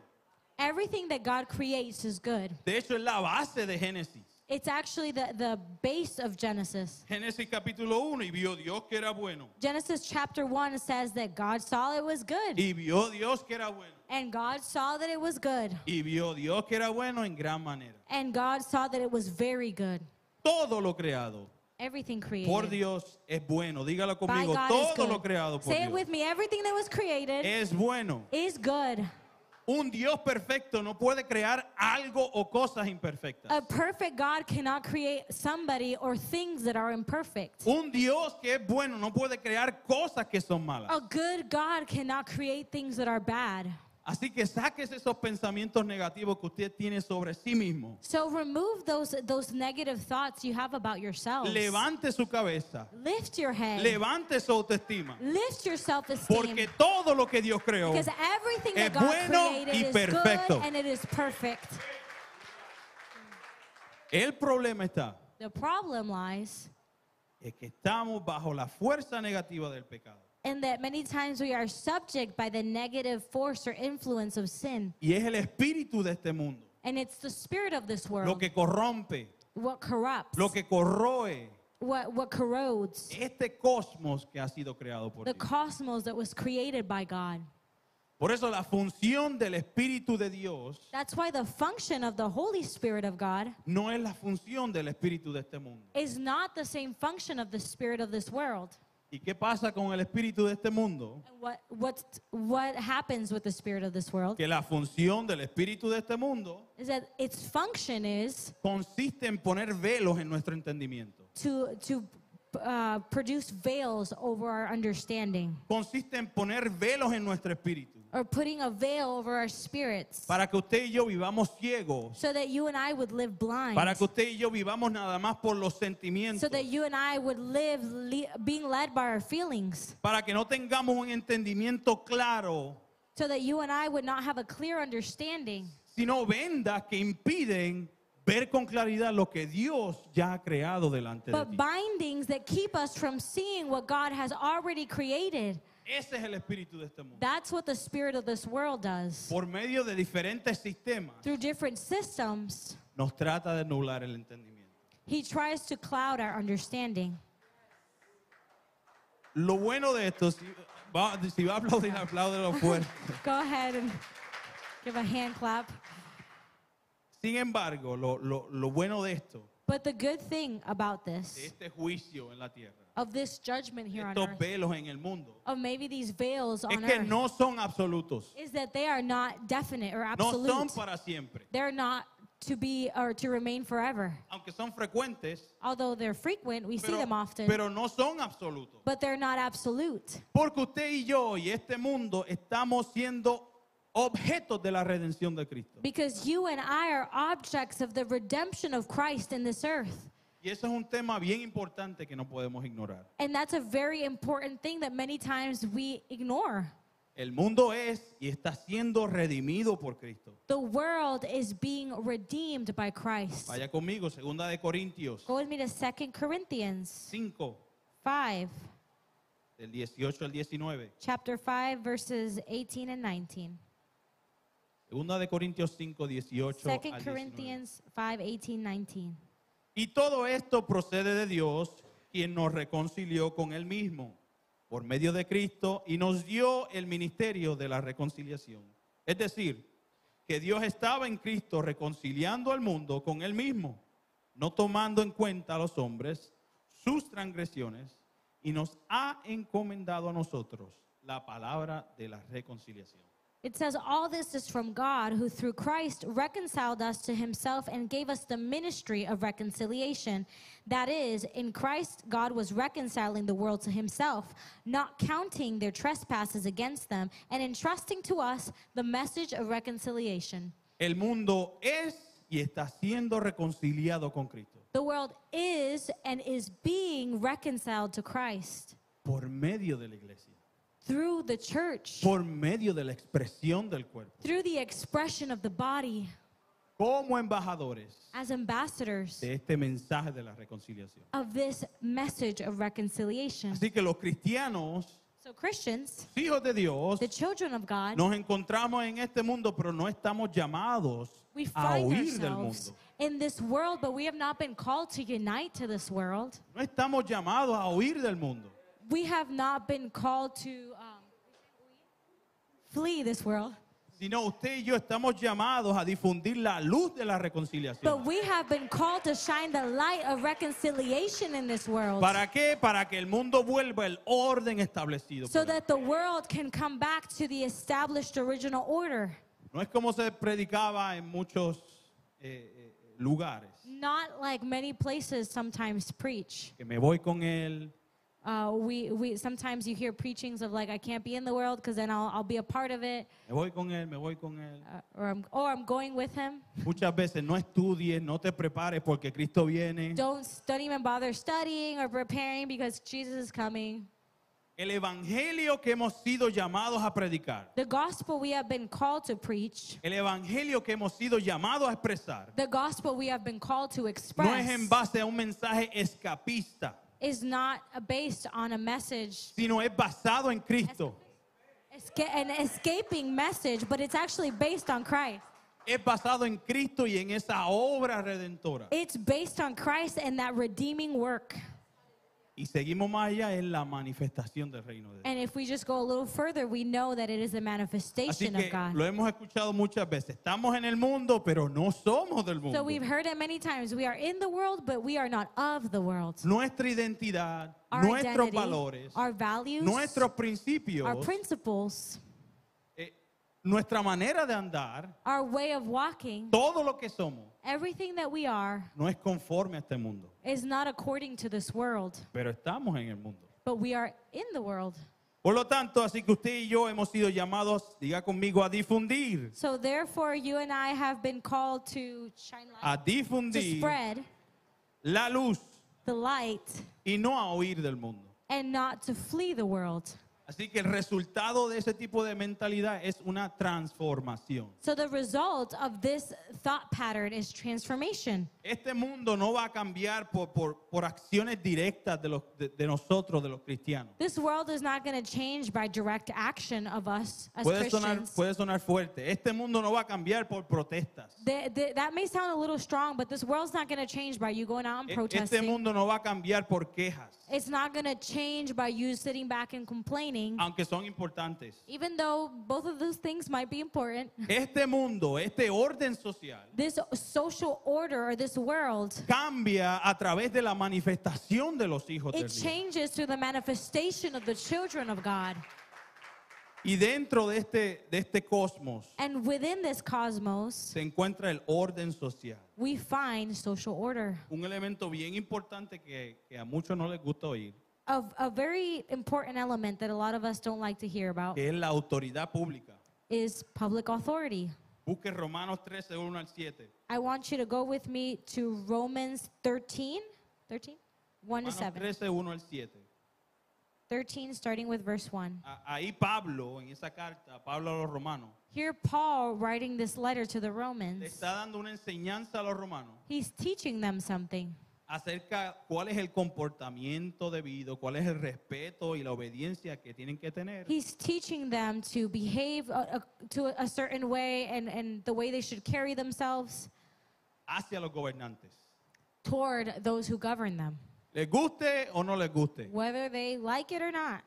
Speaker 2: Everything that God creates is good.
Speaker 1: De hecho, es la base de Génesis.
Speaker 2: It's actually the, the base of Genesis.
Speaker 1: Génesis capítulo 1, y vio Dios que era bueno.
Speaker 2: Genesis chapter 1 says that God saw it was good,
Speaker 1: Y vio Dios que era bueno.
Speaker 2: and God saw that it was good,
Speaker 1: Y vio Dios que era bueno en gran manera.
Speaker 2: and God saw that it was very good.
Speaker 1: Todo lo creado
Speaker 2: Everything
Speaker 1: por
Speaker 2: created.
Speaker 1: Dios es bueno. Dígalo
Speaker 2: by
Speaker 1: conmigo.
Speaker 2: God is
Speaker 1: Todo
Speaker 2: good.
Speaker 1: lo creado por
Speaker 2: Say it
Speaker 1: Dios Eh.
Speaker 2: with me. Everything that was created
Speaker 1: es bueno.
Speaker 2: is good.
Speaker 1: Un Dios perfecto no puede crear algo o cosas imperfectas.
Speaker 2: A perfect God cannot create somebody or things that are imperfect.
Speaker 1: Un Dios que es bueno no puede crear cosas que son malas.
Speaker 2: A good God cannot create things that are bad.
Speaker 1: Así que saques esos pensamientos negativos que usted tiene sobre sí mismo.
Speaker 2: So remove those those negative thoughts you have about yourself.
Speaker 1: Levante su cabeza.
Speaker 2: Lift your head.
Speaker 1: Levante su autoestima.
Speaker 2: Lift your self-esteem.
Speaker 1: Porque todo lo que Dios creó.
Speaker 2: Because everything
Speaker 1: es
Speaker 2: that God
Speaker 1: bueno
Speaker 2: created
Speaker 1: y
Speaker 2: is
Speaker 1: perfecto.
Speaker 2: good and it is perfect.
Speaker 1: El problema está
Speaker 2: The problem lies
Speaker 1: es que estamos bajo la fuerza negativa del pecado.
Speaker 2: in that many times we are subject by the negative force or influence of sin.
Speaker 1: Y es el espíritu de este mundo.
Speaker 2: And it's the spirit of this
Speaker 1: Lo
Speaker 2: world,
Speaker 1: que corrompe,
Speaker 2: what corrupts,
Speaker 1: lo que corroe
Speaker 2: what, what corrodes,
Speaker 1: este cosmos que ha sido creado por
Speaker 2: the
Speaker 1: Dios.
Speaker 2: cosmos that was created by God.
Speaker 1: Por eso la función del espíritu de Dios
Speaker 2: That's why the function of the Holy Spirit of God
Speaker 1: no es la función del espíritu de este mundo.
Speaker 2: is not the same function of the spirit of this world.
Speaker 1: ¿Y qué pasa con el espíritu de este mundo?
Speaker 2: And What, what, what happens with the spirit of this world
Speaker 1: Que la función del espíritu de este mundo
Speaker 2: is that its function is
Speaker 1: consiste en poner velos en nuestro entendimiento.
Speaker 2: to, to uh, produce veils over our understanding
Speaker 1: Consiste en poner velos en nuestro espíritu.
Speaker 2: or putting a veil over our spirits
Speaker 1: Para que usted y yo vivamos ciegos.
Speaker 2: so that you and I would live blind.
Speaker 1: Para que usted y yo vivamos nada más por los
Speaker 2: so
Speaker 1: sentimientos.
Speaker 2: that you and I would live le- being led by our feelings,
Speaker 1: Para que no tengamos un entendimiento claro,
Speaker 2: so that you and I would not have a clear understanding,
Speaker 1: sino vendas que impiden ver con claridad lo que Dios ya ha creado delante de
Speaker 2: but
Speaker 1: ti.
Speaker 2: bindings that keep us from seeing what God has already created.
Speaker 1: Ese es el espíritu de este mundo.
Speaker 2: That's what the spirit of this world does.
Speaker 1: Por medio de diferentes sistemas
Speaker 2: Through different systems,
Speaker 1: nos trata de nublar el entendimiento.
Speaker 2: he tries to cloud our understanding.
Speaker 1: Lo bueno de esto, si va, si va a aplaudir, (laughs) apláudelo fuerte.
Speaker 2: Go ahead and give a hand clap.
Speaker 1: Sin embargo, lo, lo- lo bueno de esto,
Speaker 2: But the good thing about
Speaker 1: de
Speaker 2: this,
Speaker 1: este juicio en la tierra,
Speaker 2: of this judgment here on
Speaker 1: estos
Speaker 2: earth,
Speaker 1: velos en el mundo,
Speaker 2: of maybe these
Speaker 1: es
Speaker 2: veils on
Speaker 1: que
Speaker 2: earth,
Speaker 1: no son absolutos.
Speaker 2: is that they are not definite or
Speaker 1: No son
Speaker 2: absolute.
Speaker 1: para siempre.
Speaker 2: They're not to be or to remain forever.
Speaker 1: Aunque son frecuentes,
Speaker 2: Although they're frequent, we see
Speaker 1: pero,
Speaker 2: them often,
Speaker 1: pero no son absolutos.
Speaker 2: but they're not absolute.
Speaker 1: Porque usted y yo y este mundo estamos siendo objetos de la redención de Cristo.
Speaker 2: Because you and I are objects of the redemption of Christ in this earth.
Speaker 1: Y eso es un tema bien importante que no podemos ignorar.
Speaker 2: And that's a very important thing that many times we ignore.
Speaker 1: El mundo es y está siendo redimido por Cristo.
Speaker 2: The world is being redeemed by Christ.
Speaker 1: Vaya conmigo, segunda de Corintios
Speaker 2: Go with me to 2 Corinthians
Speaker 1: 5,
Speaker 2: 5,
Speaker 1: del 18 al 19.
Speaker 2: chapter 5, verses 18 and 19.
Speaker 1: Segunda de Corintios 5, 18 al
Speaker 2: 2
Speaker 1: 19.
Speaker 2: Corinthians 5, 18, 19.
Speaker 1: Y todo esto procede de Dios, quien nos reconcilió con Él mismo por medio de Cristo y nos dio el ministerio de la reconciliación. Es decir, que Dios estaba en Cristo reconciliando al mundo con Él mismo, no tomando en cuenta a los hombres sus transgresiones, y nos ha encomendado a nosotros la palabra de la reconciliación.
Speaker 2: It says, All this is from God, who through Christ reconciled us to himself and gave us the ministry of reconciliation. That is, in Christ, God was reconciling the world to himself, not counting their trespasses against them, and entrusting to us the message of reconciliation.
Speaker 1: El mundo es y está siendo reconciliado con Cristo
Speaker 2: The world is and is being reconciled to Christ
Speaker 1: por medio de la iglesia.
Speaker 2: through the church,
Speaker 1: por medio de la expresión del cuerpo,
Speaker 2: through the expression of the body
Speaker 1: como embajadores
Speaker 2: as ambassadors
Speaker 1: de este mensaje de la reconciliación.
Speaker 2: of this message of reconciliation.
Speaker 1: Así que los cristianos,
Speaker 2: So, Christians,
Speaker 1: hijos de Dios,
Speaker 2: the children of God,
Speaker 1: nos encontramos en este mundo, pero no estamos llamados
Speaker 2: we
Speaker 1: a
Speaker 2: find
Speaker 1: huir del
Speaker 2: ourselves
Speaker 1: mundo.
Speaker 2: in this world, but we have not been called to unite to this world.
Speaker 1: No estamos llamados a huir del mundo.
Speaker 2: We have not been called to um, flee this world,
Speaker 1: Sino usted y yo estamos llamados a difundir la luz de la
Speaker 2: but
Speaker 1: reconciliación.
Speaker 2: we have been called to shine the light of reconciliation in this world
Speaker 1: ¿Para qué? Para que el mundo vuelva el orden establecido.
Speaker 2: so
Speaker 1: por él.
Speaker 2: that the world can come back to the established original order.
Speaker 1: No es como se predicaba en muchos eh, eh, lugares.
Speaker 2: Not like many places sometimes preach.
Speaker 1: Que me voy con él,
Speaker 2: Uh, we, we sometimes you hear preachings of like I can't be in the world because then I'll, I'll be a part of it,
Speaker 1: me voy con él, me voy con él.
Speaker 2: uh, or I'm or I'm going with him.
Speaker 1: Muchas veces no estudies, no te prepares porque Cristo viene.
Speaker 2: Don't don't even bother studying or preparing because Jesus is coming.
Speaker 1: El evangelio que hemos sido llamados a predicar,
Speaker 2: The gospel we have been called to preach,
Speaker 1: el evangelio que hemos sido llamados a expresar,
Speaker 2: the gospel we have been called to
Speaker 1: no es en
Speaker 2: express,
Speaker 1: base a un mensaje escapista,
Speaker 2: is not uh, based on a message,
Speaker 1: sino es basado en Cristo.
Speaker 2: esca- an escaping message, but it's actually based on Christ.
Speaker 1: Es basado en Cristo y en esa obra redentora.
Speaker 2: It's based on Christ and that redeeming work.
Speaker 1: Y seguimos más allá en la manifestación del reino de Dios.
Speaker 2: And if we just go a little further, we know that it is a
Speaker 1: Así
Speaker 2: manifestation of
Speaker 1: que
Speaker 2: God.
Speaker 1: lo hemos escuchado muchas veces. Estamos en el mundo, pero no somos del
Speaker 2: So
Speaker 1: mundo.
Speaker 2: we've heard it many times. We are in the world, but we are not of the world.
Speaker 1: Nuestra identidad,
Speaker 2: Our
Speaker 1: nuestros
Speaker 2: identity,
Speaker 1: valores,
Speaker 2: our values,
Speaker 1: nuestros
Speaker 2: our
Speaker 1: principios,
Speaker 2: principles,
Speaker 1: eh, nuestra manera de andar,
Speaker 2: our way of walking,
Speaker 1: todo lo que somos,
Speaker 2: everything that we are
Speaker 1: no es conforme a este mundo.
Speaker 2: is not according to this world,
Speaker 1: Pero estamos en el mundo.
Speaker 2: but we are in the world.
Speaker 1: Por lo tanto, así que usted y yo hemos sido llamados, diga conmigo, a difundir,
Speaker 2: So therefore, you and I have been called to shine
Speaker 1: a
Speaker 2: light, to
Speaker 1: difundir
Speaker 2: spread
Speaker 1: la luz
Speaker 2: the light,
Speaker 1: y no a oír del mundo.
Speaker 2: and not to flee the world.
Speaker 1: Así que el resultado de ese tipo de mentalidad es una transformación.
Speaker 2: So the result of this thought pattern is transformation.
Speaker 1: Este mundo no va a cambiar por, por, por acciones directas de, los, de, de nosotros, de los cristianos.
Speaker 2: This world is not going to change by direct action of us as
Speaker 1: Puede sonar,
Speaker 2: Christians.
Speaker 1: puede sonar fuerte. Este mundo no va a cambiar por protestas. E-,
Speaker 2: The- the- that may sound a little strong, but this world's not going to change by you going out and
Speaker 1: E- Este
Speaker 2: protesting.
Speaker 1: mundo no va a cambiar por quejas,
Speaker 2: it's not going to change by you sitting back and complaining,
Speaker 1: aunque son importantes.
Speaker 2: even though both of those things might be important.
Speaker 1: Este mundo, este orden social,
Speaker 2: This social order or this world,
Speaker 1: cambia a través de la manifestación de los hijos de
Speaker 2: it
Speaker 1: Dios.
Speaker 2: changes through the manifestation of the children of God.
Speaker 1: Y dentro de este, de este cosmos
Speaker 2: And within this cosmos,
Speaker 1: se encuentra el orden social.
Speaker 2: we find social order.
Speaker 1: un elemento bien importante que, que a muchos no les gusta oír,
Speaker 2: A, a very important element that a lot of us don't like to hear about
Speaker 1: que es la autoridad pública.
Speaker 2: is public authority.
Speaker 1: Busque Romanos 13, 1 al 7.
Speaker 2: I want you to go with me to Romans 13, 13? 1 to
Speaker 1: Romanos
Speaker 2: 7.
Speaker 1: 13, 1 al 7.
Speaker 2: 13, starting with verse 1.
Speaker 1: A- ahí Pablo, en esa carta, Pablo a los romanos,
Speaker 2: Here, Paul, writing this letter to the
Speaker 1: le
Speaker 2: Romans,
Speaker 1: está dando una enseñanza a los romanos
Speaker 2: he's teaching them something
Speaker 1: acerca cuál es el comportamiento debido, cuál es el respeto y la obediencia que tienen que tener
Speaker 2: He's teaching them to behave uh, uh, to a certain way and, and the way they should carry themselves
Speaker 1: hacia los gobernantes.
Speaker 2: toward those who govern them,
Speaker 1: Les guste o no les guste.
Speaker 2: whether they like it or not,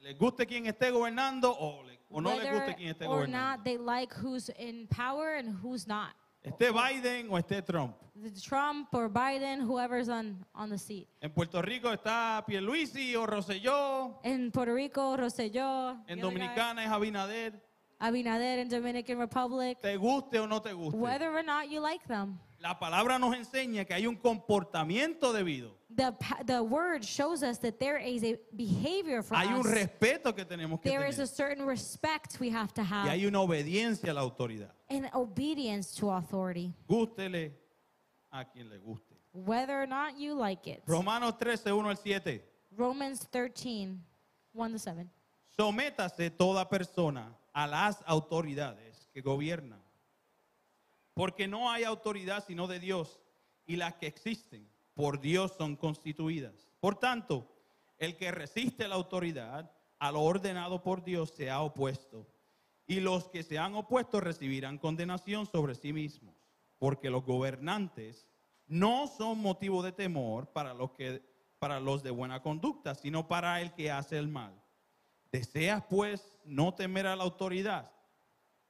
Speaker 1: Les guste quien esté gobernando o, le- o no les guste
Speaker 2: whether
Speaker 1: quien esté
Speaker 2: or
Speaker 1: gobernando.
Speaker 2: not they like who's in power and who's not.
Speaker 1: Esté Biden o esté Trump.
Speaker 2: The Trump or Biden, whoever's on, on the seat.
Speaker 1: En Puerto Rico está Pierluisi o Rosselló.
Speaker 2: In Puerto Rico, Rosselló,
Speaker 1: En
Speaker 2: the other guy,
Speaker 1: Dominicana es Abinader.
Speaker 2: Abinader in Dominican Republic,
Speaker 1: Te guste o no te guste.
Speaker 2: whether or not you like them.
Speaker 1: La palabra nos enseña que hay un comportamiento debido.
Speaker 2: The, pa- the word shows us that there is a behavior for
Speaker 1: Hay un
Speaker 2: us.
Speaker 1: respeto que tenemos que
Speaker 2: There is a
Speaker 1: tener.
Speaker 2: certain respect we have to
Speaker 1: Y
Speaker 2: have
Speaker 1: hay una obediencia a la autoridad.
Speaker 2: and obedience to authority,
Speaker 1: Gústele a quien le guste.
Speaker 2: whether or not you like it.
Speaker 1: Romanos 13, 1 al 7.
Speaker 2: Romans 13, 1 to 7.
Speaker 1: Sométase toda persona a las autoridades que gobiernan, porque no hay autoridad sino de Dios, y las que existen por Dios son constituidas. Por tanto, el que resiste la autoridad a lo ordenado por Dios se ha opuesto, y los que se han opuesto recibirán condenación sobre sí mismos, porque los gobernantes no son motivo de temor para los que para los de buena conducta, sino para el que hace el mal. Deseas pues no temer a la autoridad,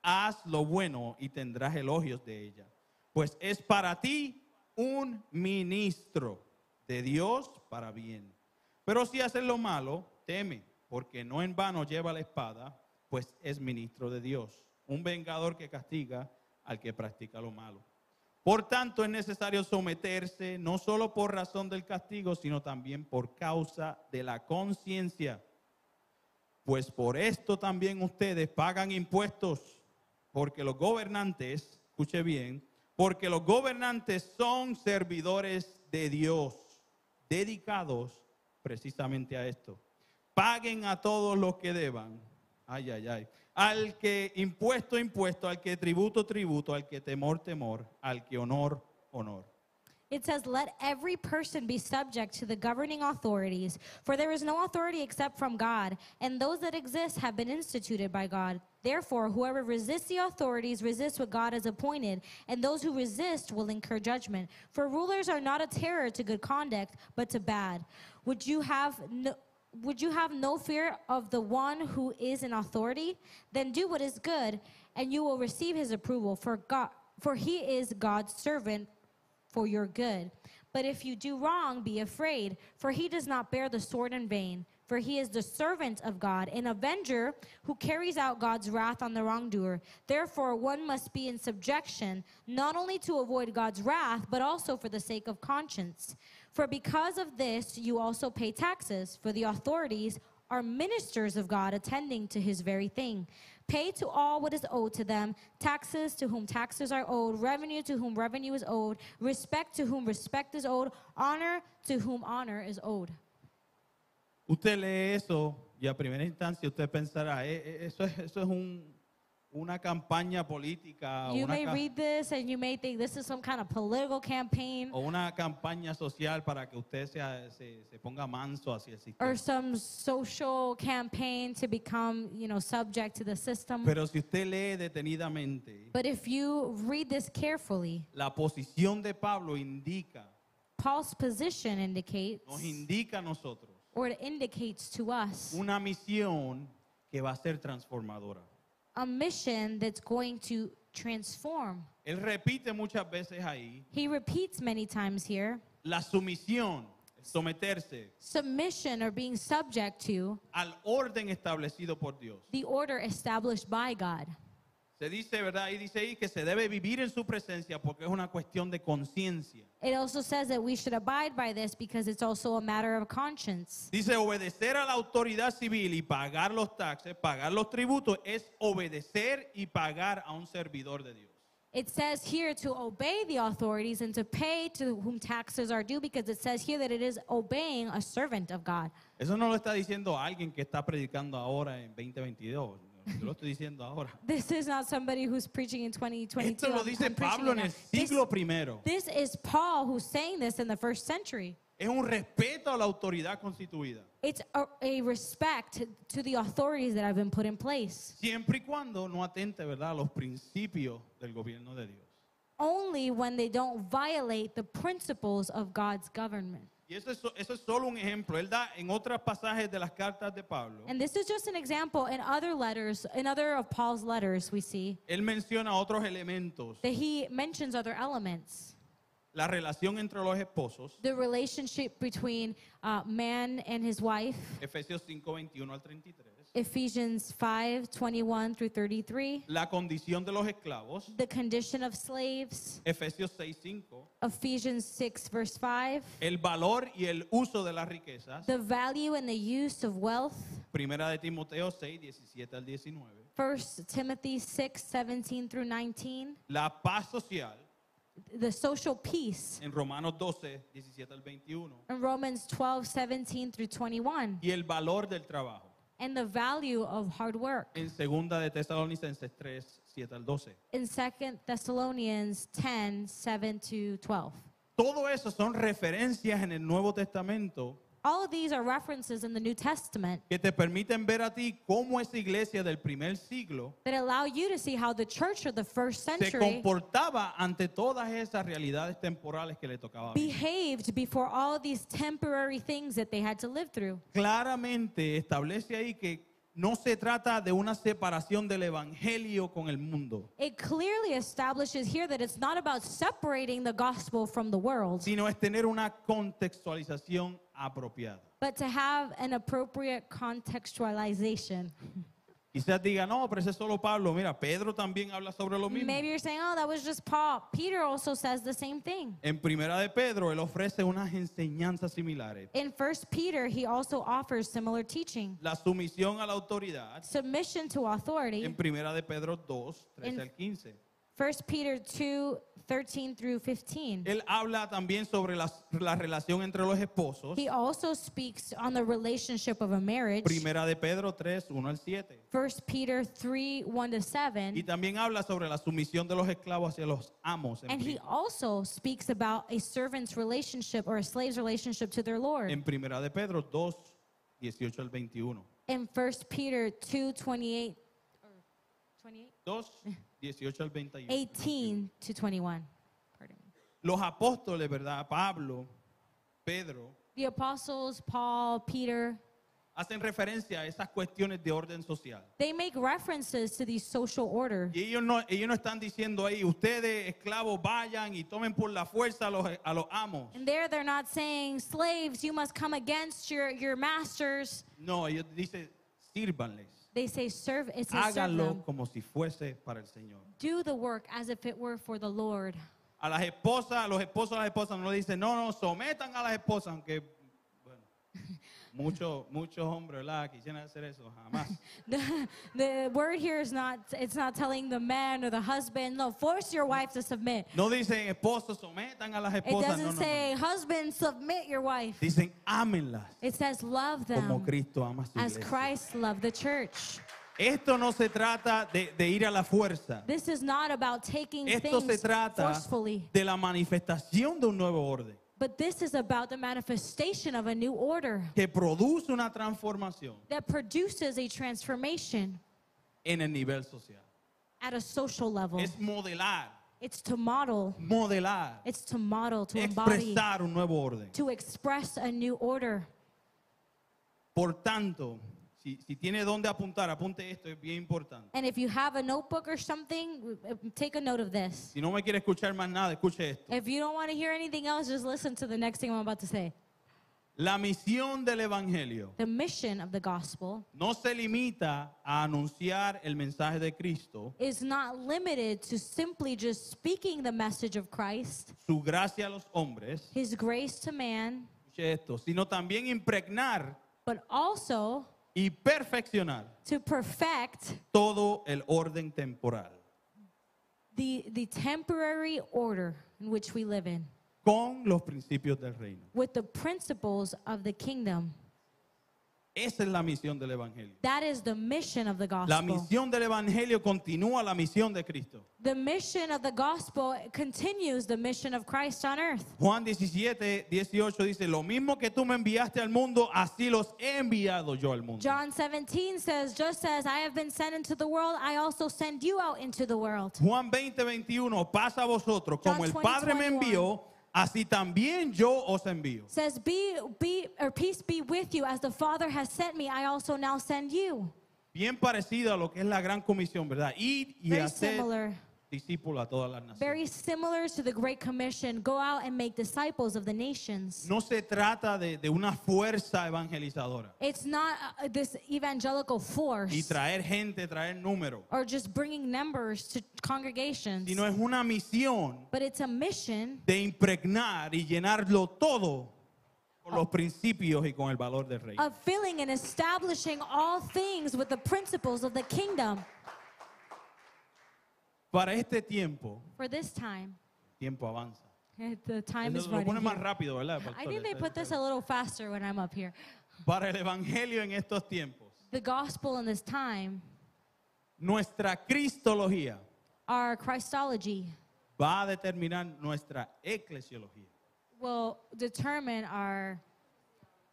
Speaker 1: haz lo bueno y tendrás elogios de ella, pues es para ti un ministro de Dios para bien. Pero si haces lo malo, teme, porque no en vano lleva la espada, pues es ministro de Dios, un vengador que castiga al que practica lo malo. Por tanto, es necesario someterse no solo por razón del castigo, sino también por causa de la conciencia. Pues por esto también ustedes pagan impuestos, porque los gobernantes, escuche bien, porque los gobernantes son servidores de Dios, dedicados precisamente a esto. Paguen a todos los que deban. Ay, ay, ay. Al que impuesto, impuesto, al que tributo, tributo, al que temor, temor, al que honor, honor.
Speaker 2: It says, Let every person be subject to the governing authorities, for there is no authority except from God, and those that exist have been instituted by God. Therefore, whoever resists the authorities resists what God has appointed, and those who resist will incur judgment. For rulers are not a terror to good conduct, but to bad. Would you have no would you have no fear of the one who is in authority? Then do what is good, and you will receive his approval, for God for he is God's servant for your good. But if you do wrong, be afraid, for he does not bear the sword in vain. For he is the servant of God, an avenger who carries out God's wrath on the wrongdoer. Therefore, one must be in subjection, not only to avoid God's wrath, but also for the sake of conscience. For because of this, you also pay taxes, for the authorities are ministers of God attending to his very thing. Pay to all what is owed to them taxes to whom taxes are owed, revenue to whom revenue is owed, respect to whom respect is owed, honor to whom honor is owed.
Speaker 1: Usted lee eso y a primera instancia usted pensará, "Eh, eh, eso es, eso es un- una campaña política o
Speaker 2: You
Speaker 1: Ah, una
Speaker 2: may
Speaker 1: ca-
Speaker 2: read this and you may think this is some kind of political campaign
Speaker 1: o una campaña social para que usted sea- se, se ponga manso hacia el sistema.
Speaker 2: or some social campaign to become, you know, subject to the system.
Speaker 1: Pero si usted lee detenidamente,
Speaker 2: But if you read this carefully,
Speaker 1: la posición de Pablo indica,
Speaker 2: Paul's position indicates
Speaker 1: nos indica a nosotros
Speaker 2: or it indicates to us
Speaker 1: una misión que va a ser transformadora.
Speaker 2: a mission that's going to transform.
Speaker 1: Él repite muchas veces ahí
Speaker 2: He repeats many times here
Speaker 1: la sumisión, el someterse
Speaker 2: submission or being subject to
Speaker 1: al orden establecido por Dios.
Speaker 2: the order established by God.
Speaker 1: Se dice, ¿verdad? Y dice ahí que se debe vivir en su presencia porque es una cuestión de conciencia.
Speaker 2: It also says that we should abide by this because it's also a matter of conscience.
Speaker 1: Dice, obedecer a la autoridad civil y pagar los taxes, pagar los tributos, es obedecer y pagar a un servidor de Dios.
Speaker 2: It says here to obey the authorities and to pay to whom taxes are due because it says here that it is obeying a servant of God.
Speaker 1: Eso no lo está diciendo alguien que está predicando ahora en 2022. Yo lo estoy diciendo ahora.
Speaker 2: This is not somebody who's preaching in 2022.
Speaker 1: Esto lo
Speaker 2: I'm-
Speaker 1: dice
Speaker 2: I'm preaching
Speaker 1: Pablo
Speaker 2: it
Speaker 1: en
Speaker 2: now.
Speaker 1: el
Speaker 2: This-
Speaker 1: siglo primero.
Speaker 2: This is Paul who's saying this in the first century.
Speaker 1: Es un respeto a la autoridad constituida,
Speaker 2: It's a, a respect to the authorities that have been put in place,
Speaker 1: siempre y cuando no atente, ¿verdad?, a los principios del gobierno de Dios.
Speaker 2: only when they don't violate the principles of God's government.
Speaker 1: Y eso es, so- eso es solo un ejemplo. Él da en otros pasajes de las cartas de Pablo,
Speaker 2: And this is just an example in other letters, in other of Paul's letters, we see
Speaker 1: él menciona otros elementos.
Speaker 2: that he mentions other elements
Speaker 1: La relación entre los esposos,
Speaker 2: the relationship between uh, man and his wife,
Speaker 1: Efesios 5, 21 al 33.
Speaker 2: Ephesians 5 21 through 33,
Speaker 1: La condición de los esclavos,
Speaker 2: the condition of slaves,
Speaker 1: Efesios 6, 5.
Speaker 2: Ephesians 6 verse 5.
Speaker 1: El valor y el uso de las riquezas,
Speaker 2: the value and the use of wealth
Speaker 1: Primera de Timoteo 6, 17 al 19.
Speaker 2: 1 timothy 6 17 through 19
Speaker 1: La paz social,
Speaker 2: the social peace
Speaker 1: en Romanos 12, 17 al 21.
Speaker 2: in romans 12 17 through 21
Speaker 1: Y el valor del trabajo,
Speaker 2: and the value of hard work
Speaker 1: en Segunda de Tesalonicenses 3, 7 al 12.
Speaker 2: in 2 thessalonians 10 7 to 12
Speaker 1: Todo eso son referencias en el Nuevo Testamento
Speaker 2: all of these are references in the new testament
Speaker 1: que te permiten ver a ti cómo esa iglesia del primer siglo
Speaker 2: that allow you to see how the church of the first
Speaker 1: se
Speaker 2: century
Speaker 1: comportaba ante todas esas realidades temporales que le tocaba vivir.
Speaker 2: behaved before all of these temporary things that they had to live through
Speaker 1: Claramente establece ahí que no se trata de una separación del evangelio con el mundo,
Speaker 2: It clearly establishes here that it's not about separating the gospel from the world,
Speaker 1: sino es tener una contextualización apropiada.
Speaker 2: but to have an appropriate contextualization.
Speaker 1: Quizás diga, no, pero ese es solo Pablo. Mira, Pedro también habla sobre lo mismo.
Speaker 2: Maybe you're saying, oh, that was just Paul. Peter also says the same thing.
Speaker 1: En primera de Pedro, él ofrece unas enseñanzas similares.
Speaker 2: In First Peter, he also offers similar teaching
Speaker 1: La sumisión a la autoridad.
Speaker 2: submission to authority.
Speaker 1: En primera de Pedro 2, 13
Speaker 2: En-
Speaker 1: al 15.
Speaker 2: First Peter 2 13 through 15.
Speaker 1: Él habla también sobre la, la relación entre los esposos.
Speaker 2: He also speaks on the relationship of a marriage.
Speaker 1: Primera de Pedro 3, 1 al 7.
Speaker 2: First Peter 3 1 to 7.
Speaker 1: Y también habla sobre la sumisión de los esclavos hacia los amos. En,
Speaker 2: And he
Speaker 1: pri-
Speaker 2: also speaks about a servant's relationship or a slave's relationship to their Lord.
Speaker 1: en primera de Pedro 2, 18 al 21.
Speaker 2: In 1 Peter 2 28, or 28? (laughs)
Speaker 1: 2, 18 al 21.
Speaker 2: 18 to 21. Pardon me.
Speaker 1: Los apóstoles, ¿verdad? Pablo, Pedro,
Speaker 2: The apostles, Paul, Peter,
Speaker 1: hacen referencia a esas cuestiones de orden social.
Speaker 2: they make references to the social order.
Speaker 1: Y ellos no, ellos no están diciendo ahí, ustedes esclavos vayan y tomen por la fuerza a los, a los amos.
Speaker 2: And there they're not saying, slaves, you must come against your, your masters.
Speaker 1: No, ellos dicen, sírvanles.
Speaker 2: They say, serve, it's a serve
Speaker 1: Háganlo
Speaker 2: them.
Speaker 1: como si fuese para el Señor.
Speaker 2: Do the work as if it were for the Lord. (laughs)
Speaker 1: A las esposas, a los esposos, a las esposas no le dicen, no, no, sometan a las esposas, aunque,
Speaker 2: (laughs)
Speaker 1: bueno, muchos, muchos hombres, ¿verdad? Quisieran hacer eso, jamás.
Speaker 2: The, the word here is not, it's not telling the man or the husband, no, force your wife to submit.
Speaker 1: No dicen, esposos, sometan a las
Speaker 2: It
Speaker 1: esposas, no, no,
Speaker 2: doesn't
Speaker 1: no.
Speaker 2: say, husband, submit your wife.
Speaker 1: Dicen, ámenlas
Speaker 2: It says, love
Speaker 1: como
Speaker 2: them
Speaker 1: Cristo ama a su
Speaker 2: as
Speaker 1: iglesia.
Speaker 2: Christ loved the church.
Speaker 1: Esto no se trata de, de ir a la fuerza.
Speaker 2: This is not about taking
Speaker 1: Esto se
Speaker 2: things
Speaker 1: trata
Speaker 2: forcefully,
Speaker 1: de la manifestación de un nuevo orden
Speaker 2: but this is about the manifestation of a new order
Speaker 1: que produce una transformación
Speaker 2: that produces a transformation
Speaker 1: en el nivel social.
Speaker 2: at a social level.
Speaker 1: Es modelar,
Speaker 2: It's to model,
Speaker 1: modelar,
Speaker 2: it's to model, to embody,
Speaker 1: expresar un nuevo orden.
Speaker 2: to express a new order.
Speaker 1: Por tanto, si, si tiene dónde apuntar, apunte esto, es bien importante.
Speaker 2: And if you have a notebook or something, uh, take a note of this.
Speaker 1: Si no me quiere escuchar más nada, escuche esto.
Speaker 2: If you don't want to hear anything else, just listen to the next thing I'm about to say.
Speaker 1: La misión del Evangelio
Speaker 2: The mission of the gospel
Speaker 1: no se limita a anunciar el mensaje de Cristo,
Speaker 2: is not limited to simply just speaking the message of Christ,
Speaker 1: su gracia a los hombres,
Speaker 2: his grace to man,
Speaker 1: escuche esto, sino también impregnar
Speaker 2: but also
Speaker 1: y perfeccionar
Speaker 2: to perfect
Speaker 1: todo el orden temporal
Speaker 2: the, the temporary order in which we live in
Speaker 1: con los principios del reino.
Speaker 2: with the principles of the kingdom.
Speaker 1: Esa es la misión del Evangelio.
Speaker 2: That is the mission of the
Speaker 1: La
Speaker 2: gospel.
Speaker 1: misión del Evangelio continúa la misión de Cristo.
Speaker 2: The mission of the gospel continues the mission of Christ on earth.
Speaker 1: Juan 17, 18 dice, lo mismo que tú me enviaste al mundo, así los he enviado yo al mundo.
Speaker 2: John 17 says, just as I have been sent into the world, I also send you out into the world.
Speaker 1: Juan 20, 21, pasa a vosotros, como
Speaker 2: John
Speaker 1: el
Speaker 2: 20,
Speaker 1: Padre me
Speaker 2: 21.
Speaker 1: envió, así también yo os envío.
Speaker 2: says be be or peace be with you as the father has sent me i also now send you
Speaker 1: Bien parecido a lo que es la gran comisión, ¿verdad? Ir y
Speaker 2: very
Speaker 1: hacer
Speaker 2: similar
Speaker 1: discípulos a todas las naciones.
Speaker 2: very similar to the great commission go out and make disciples of the nations
Speaker 1: No se trata de, de una fuerza evangelizadora
Speaker 2: it's not uh, this evangelical
Speaker 1: y
Speaker 2: force
Speaker 1: traer gente, traer número,
Speaker 2: or just bringing numbers to congregations
Speaker 1: sino es una misión
Speaker 2: but it's a mission
Speaker 1: de impregnar y llenarlo todo con los principios y con el valor del rey.
Speaker 2: of filling and establishing all things with the principles of the kingdom
Speaker 1: Para este tiempo,
Speaker 2: for this time (laughs)
Speaker 1: tiempo avanza.
Speaker 2: the time is
Speaker 1: Eso lo
Speaker 2: running
Speaker 1: pone más
Speaker 2: here.
Speaker 1: rápido, ¿verdad?
Speaker 2: i
Speaker 1: pastor?
Speaker 2: think they put this a little faster when i'm up here
Speaker 1: Para el evangelio en estos tiempos,
Speaker 2: the gospel in this time,
Speaker 1: nuestra cristología
Speaker 2: our Christology,
Speaker 1: va a determinar nuestra eclesiología.
Speaker 2: will determine our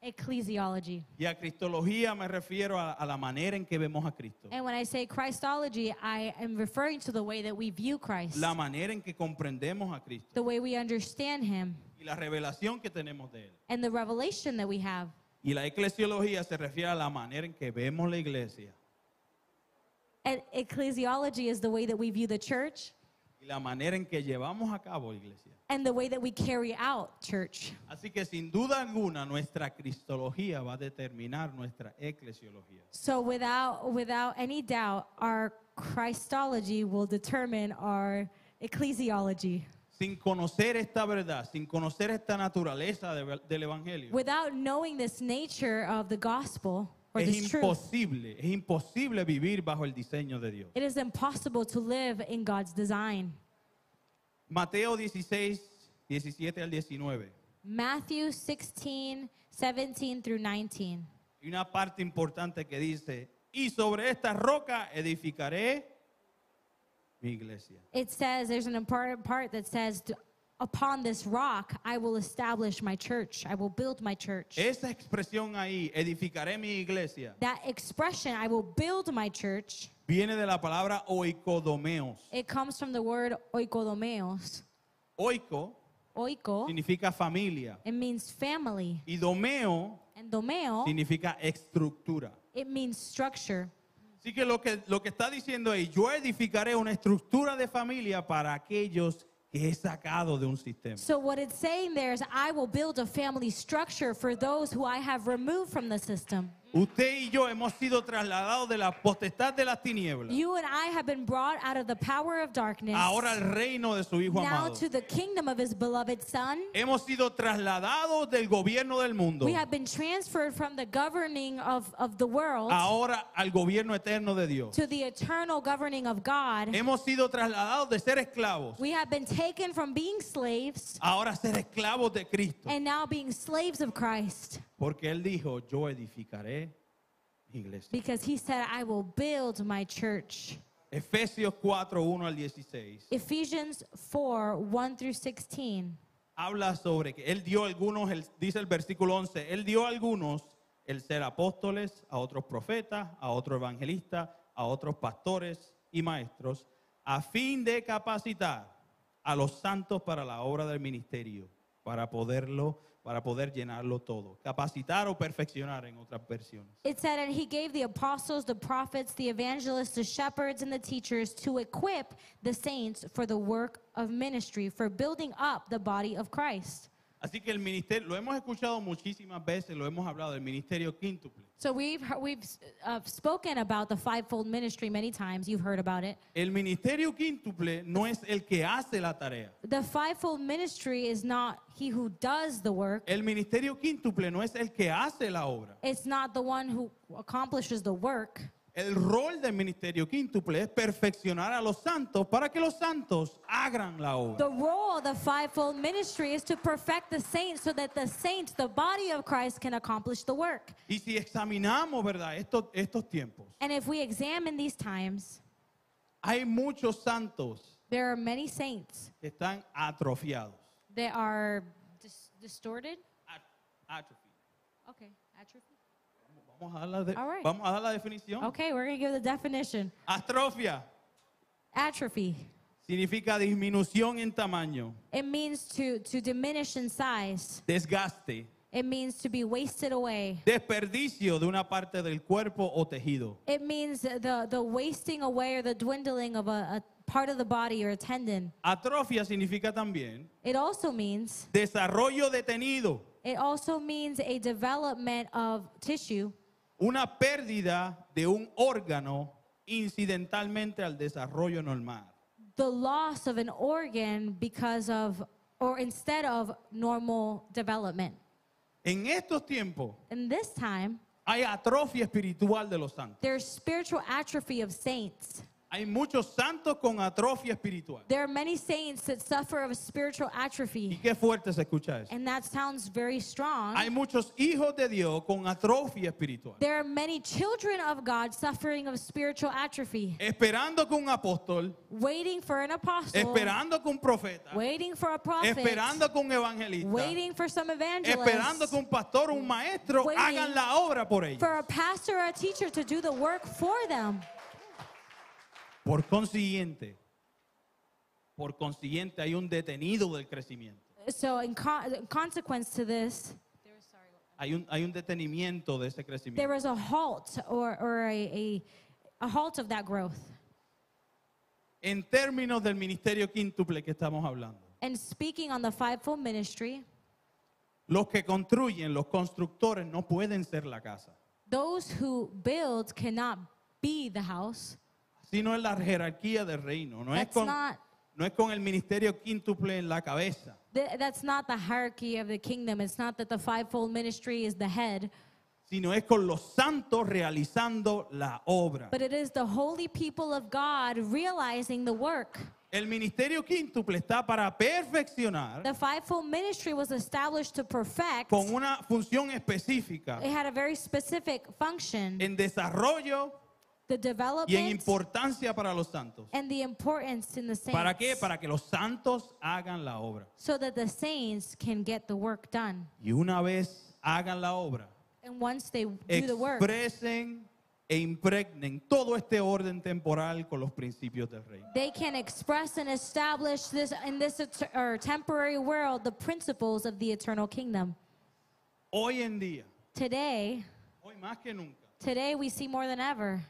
Speaker 2: ecclesiology.
Speaker 1: Y a cristología me refiero a, a la manera en que vemos a Cristo,
Speaker 2: And when I say Christology, I am referring to the way that we view Christ,
Speaker 1: la manera en que comprendemos a Cristo.
Speaker 2: the way we understand Him,
Speaker 1: y la revelación que tenemos de él.
Speaker 2: and the revelation that we have.
Speaker 1: Y la eclesiología se refiere a la manera en que vemos la iglesia.
Speaker 2: And ecclesiology is the way that we view the church,
Speaker 1: Y y la manera en que llevamos a cabo, iglesia.
Speaker 2: and the way that we carry out church.
Speaker 1: Así que sin duda alguna nuestra cristología va a determinar nuestra eclesiología.
Speaker 2: So without without any doubt, our Christology will determine our ecclesiology.
Speaker 1: Sin conocer esta verdad, sin conocer esta naturaleza de- del Evangelio,
Speaker 2: Without knowing this nature of the gospel or this
Speaker 1: es
Speaker 2: truth,
Speaker 1: imposible, es imposible vivir bajo el diseño de Dios.
Speaker 2: it is impossible to live in God's design.
Speaker 1: Mateo 16, 17 al 19.
Speaker 2: Matthew 16, 17 through 19.
Speaker 1: Y una parte importante que dice, y sobre esta roca edificaré mi iglesia.
Speaker 2: It says, there's an important part that says, upon this rock I will establish my church, I will build my church.
Speaker 1: Esa expresión ahí, edificaré mi iglesia,
Speaker 2: that expression, I will build my church,
Speaker 1: viene de la palabra oikodomeos.
Speaker 2: It comes from the word oikodomeos.
Speaker 1: Oiko
Speaker 2: Oiko,
Speaker 1: significa familia
Speaker 2: it means family.
Speaker 1: y domeo
Speaker 2: And domeo,
Speaker 1: significa estructura.
Speaker 2: it means structure.
Speaker 1: Así que lo que, lo que está diciendo es, yo edificaré una estructura de familia para aquellos que he sacado de un sistema.
Speaker 2: So what it's saying there is, I will build a family structure for those who I have removed from the system.
Speaker 1: Usted y yo hemos sido trasladados de la potestad de las tinieblas
Speaker 2: You and I have been brought out of the power of darkness
Speaker 1: ahora al reino de su Hijo
Speaker 2: now
Speaker 1: amado.
Speaker 2: to the kingdom of his beloved son.
Speaker 1: Hemos sido trasladados del gobierno del mundo
Speaker 2: We have been transferred from the governing of, of the world
Speaker 1: ahora al gobierno eterno de Dios.
Speaker 2: to the eternal governing of God.
Speaker 1: Hemos sido trasladados de ser esclavos
Speaker 2: We have been taken from being slaves
Speaker 1: ahora a ser esclavos de Cristo.
Speaker 2: and now being slaves of Christ
Speaker 1: Porque Él dijo, yo edificaré mi iglesia.
Speaker 2: because he said, I will build my church.
Speaker 1: Efesios 4, 1 al 16
Speaker 2: Ephesians 4 1 through 16.
Speaker 1: habla sobre que Él dio algunos, el- dice el versículo 11, Él dio a algunos el ser apóstoles, a otros profetas, a otros evangelistas, a otros pastores y maestros, a fin de capacitar a los santos para la obra del ministerio, para poderlo, para poder llenarlo todo, capacitar o perfeccionar en otras versiones.
Speaker 2: It said, And he gave the apostles, the prophets, the evangelists, the shepherds, and the teachers to equip the saints for the work of ministry, for building up the body of Christ.
Speaker 1: Así que el ministerio, lo hemos escuchado muchísimas veces, lo hemos hablado, el ministerio quíntuple.
Speaker 2: So we've, heard- we've uh, spoken about the fivefold ministry many times. You've heard about it.
Speaker 1: El ministerio quíntuple no es el que hace la tarea.
Speaker 2: The fivefold ministry is not he who does the work,
Speaker 1: El ministerio quíntuple no es el que hace la obra.
Speaker 2: it's not the one who accomplishes the work.
Speaker 1: El rol del ministerio quíntuple es perfeccionar a los santos para que los santos hagan la obra.
Speaker 2: The role of the fivefold ministry is to perfect the saints so that the saints, the body of Christ, can accomplish the work.
Speaker 1: Y si examinamos, ¿verdad? Estos, estos tiempos,
Speaker 2: And if we examine these times,
Speaker 1: hay muchos santos
Speaker 2: there are many saints
Speaker 1: que están atrofiados.
Speaker 2: that are dis- distorted.
Speaker 1: At- atrophy.
Speaker 2: Okay, atrophy.
Speaker 1: Vamos a dar la, de-
Speaker 2: All right.
Speaker 1: vamos a dar la definición.
Speaker 2: Okay, we're gonna give the definition.
Speaker 1: Atrofia
Speaker 2: Atrophy.
Speaker 1: significa disminución en tamaño,
Speaker 2: It means to to diminish in size.
Speaker 1: desgaste,
Speaker 2: It means to be wasted away.
Speaker 1: desperdicio de una parte del cuerpo o tejido.
Speaker 2: It means the the wasting away or the dwindling of a, a part of the body or a tendon.
Speaker 1: Atrofia significa también
Speaker 2: It also means
Speaker 1: desarrollo detenido,
Speaker 2: It also means a development of tissue,
Speaker 1: una pérdida de un órgano incidentalmente al desarrollo normal.
Speaker 2: the loss of an organ because of or instead of normal development.
Speaker 1: En estos tiempos
Speaker 2: And this time,
Speaker 1: hay atrofia espiritual de los santos.
Speaker 2: there's spiritual atrophy of saints.
Speaker 1: Hay muchos santos con atrofia espiritual.
Speaker 2: There are many saints that suffer of spiritual
Speaker 1: Y
Speaker 2: atrophy,
Speaker 1: qué fuerte se escucha eso.
Speaker 2: and that sounds very
Speaker 1: Hay
Speaker 2: strong.
Speaker 1: muchos hijos de Dios con atrofia espiritual.
Speaker 2: There are many children of God suffering of spiritual atrophy,
Speaker 1: Esperando que un apóstol,
Speaker 2: Oh. waiting for an apostle,
Speaker 1: esperando que un profeta,
Speaker 2: waiting for a prophet,
Speaker 1: esperando que un evangelista,
Speaker 2: waiting for some
Speaker 1: esperando
Speaker 2: evangelist.
Speaker 1: que un pastor, un maestro
Speaker 2: Waiting
Speaker 1: hagan la obra por ellos.
Speaker 2: for a pastor or a teacher to do the work for them.
Speaker 1: Por consiguiente, por consiguiente hay un detenido del crecimiento.
Speaker 2: So, in, con- in consequence to this,
Speaker 1: Hay un, hay un detenimiento de ese
Speaker 2: there
Speaker 1: crecimiento.
Speaker 2: was a halt or, or a, a, a halt of that growth.
Speaker 1: en términos del ministerio quíntuple que estamos hablando.
Speaker 2: And speaking on the fivefold ministry,
Speaker 1: Los que construyen, los constructores, no pueden ser la casa.
Speaker 2: those who build cannot be the house.
Speaker 1: Así no es la jerarquía del reino. No es,
Speaker 2: That's
Speaker 1: con,
Speaker 2: not-
Speaker 1: no es con el ministerio quíntuple en la cabeza,
Speaker 2: Th- that's not the hierarchy of the kingdom. It's not that the fivefold ministry is the head,
Speaker 1: sino es con los santos realizando la obra.
Speaker 2: but it is the holy people of God realizing the work.
Speaker 1: El ministerio quíntuple está para perfeccionar
Speaker 2: The fivefold ministry was established to perfect.
Speaker 1: con una función específica
Speaker 2: It had a very specific function,
Speaker 1: en desarrollo
Speaker 2: the
Speaker 1: y en
Speaker 2: development
Speaker 1: importancia para los santos.
Speaker 2: and the importance in the saints.
Speaker 1: ¿Para qué? Para que los santos hagan la obra.
Speaker 2: so that the saints can get the work done.
Speaker 1: Y una vez hagan la obra,
Speaker 2: And once they do the work,
Speaker 1: expresen e impregnen todo este orden temporal con los principios del reino.
Speaker 2: they can express and establish this in this et- or temporary world the principles of the eternal kingdom.
Speaker 1: Hoy en día,
Speaker 2: Today,
Speaker 1: hoy más que nunca,
Speaker 2: today we see more than ever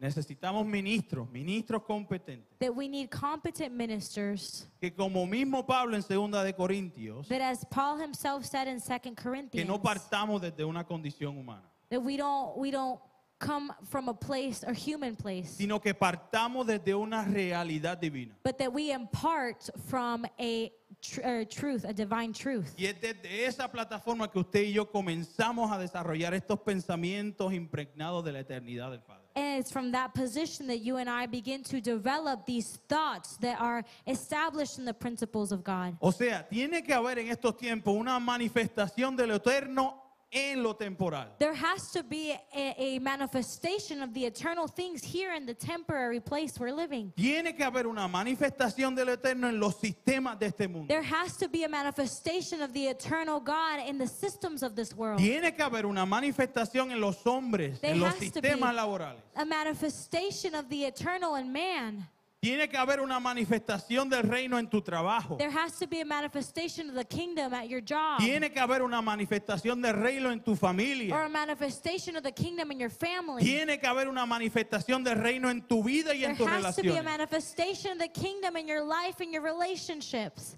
Speaker 1: necesitamos ministros, ministros competentes,
Speaker 2: that we need competent ministers
Speaker 1: que como mismo Pablo en segunda de Corintios,
Speaker 2: that as Paul himself said in 2
Speaker 1: que
Speaker 2: Corinthians
Speaker 1: no partamos desde una condición humana,
Speaker 2: that we don't we don't come from a place a human place
Speaker 1: sino que partamos desde una realidad divina.
Speaker 2: but that we impart from a tr- or truth a divine truth.
Speaker 1: Y es desde esa plataforma que usted y yo comenzamos a desarrollar estos pensamientos impregnados de la eternidad del Padre.
Speaker 2: And it's from that position that you and I begin to develop these thoughts that are established in the principles of God.
Speaker 1: O sea, tiene que haber en estos tiempos una manifestación de lo eterno en lo temporal.
Speaker 2: There has to be a, a manifestation of the eternal things here in the temporary place we're living.
Speaker 1: Tiene que haber una manifestación de lo eterno en los sistemas de este mundo.
Speaker 2: There has to be a manifestation of the eternal God in the systems of this world.
Speaker 1: Tiene que haber una manifestación en los hombres,
Speaker 2: There
Speaker 1: en los
Speaker 2: has to be-
Speaker 1: sistemas laborales.
Speaker 2: A manifestation of the eternal in man.
Speaker 1: Tiene que haber una manifestación del reino en tu trabajo.
Speaker 2: There has to be a manifestation of the kingdom at your job.
Speaker 1: Tiene que haber una manifestación del reino en tu
Speaker 2: Or a
Speaker 1: familia.
Speaker 2: manifestation of the kingdom in your family.
Speaker 1: Tiene que haber una manifestación del reino en tu vida y
Speaker 2: There
Speaker 1: en tus
Speaker 2: has to be a
Speaker 1: relaciones.
Speaker 2: manifestation of the kingdom in your life and your relationships.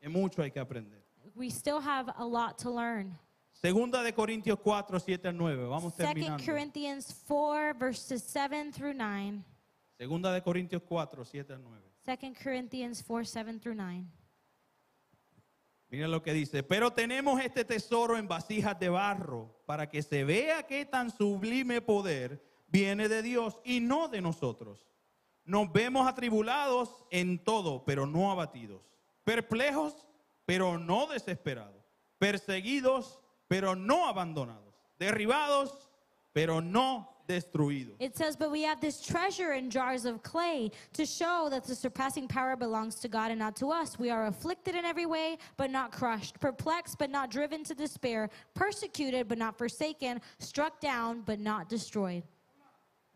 Speaker 1: Es mucho hay que aprender.
Speaker 2: We still have a lot to learn.
Speaker 1: Segunda de Corintios 4, 7 al 9. Vamos
Speaker 2: Second
Speaker 1: terminando.
Speaker 2: Corinthians 4, verses 7 through 9.
Speaker 1: Segunda de Corintios 4, 7 al 9.
Speaker 2: Second Corinthians 4, 7 through 9.
Speaker 1: Miren lo que dice, pero tenemos este tesoro en vasijas de barro para que se vea qué tan sublime poder viene de Dios y no de nosotros. Nos vemos atribulados en todo, pero no abatidos. Perplejos, pero no desesperados. Perseguidos, pero no abandonados. Derribados, pero no destruidos.
Speaker 2: It says, But we have this treasure in jars of clay to show that the surpassing power belongs to God and not to us. We are afflicted in every way, but not crushed, perplexed, but not driven to despair, persecuted, but not forsaken, struck down, but not destroyed.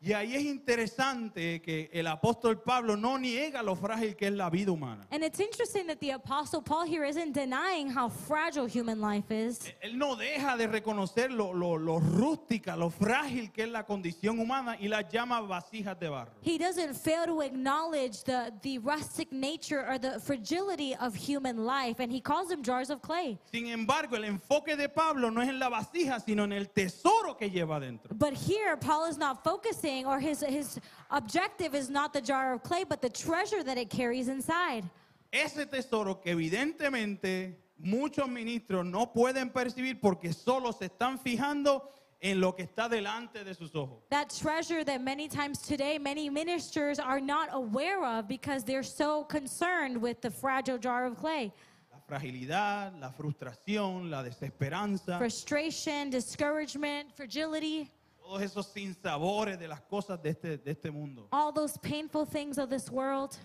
Speaker 1: Y ahí es interesante que el apóstol Pablo no niega lo frágil que es la vida humana.
Speaker 2: And it's interesting that the Apostle Paul here isn't denying how fragile human life is.
Speaker 1: Él no deja de reconocer lo, lo- lo rústica, lo frágil que es la condición humana y las llama vasijas de barro.
Speaker 2: He doesn't fail to acknowledge the, the rustic nature or the fragility of human life, and he calls them jars of clay.
Speaker 1: Sin embargo, el enfoque de Pablo no es en la vasija, sino en el tesoro que lleva adentro.
Speaker 2: But here, Paul is not focusing, or his, his objective is not the jar of clay, but the treasure that it carries inside.
Speaker 1: Ese tesoro que evidentemente muchos ministros no pueden percibir porque solo se están fijando en lo que está delante de sus ojos.
Speaker 2: That treasure that many times today many ministers are not aware of because they're so concerned with the fragile jar of clay.
Speaker 1: La fragilidad, la frustración, la desesperanza,
Speaker 2: frustration, discouragement, fragility,
Speaker 1: todos esos sinsabores de las cosas de este, de este mundo.
Speaker 2: all those painful things of this world.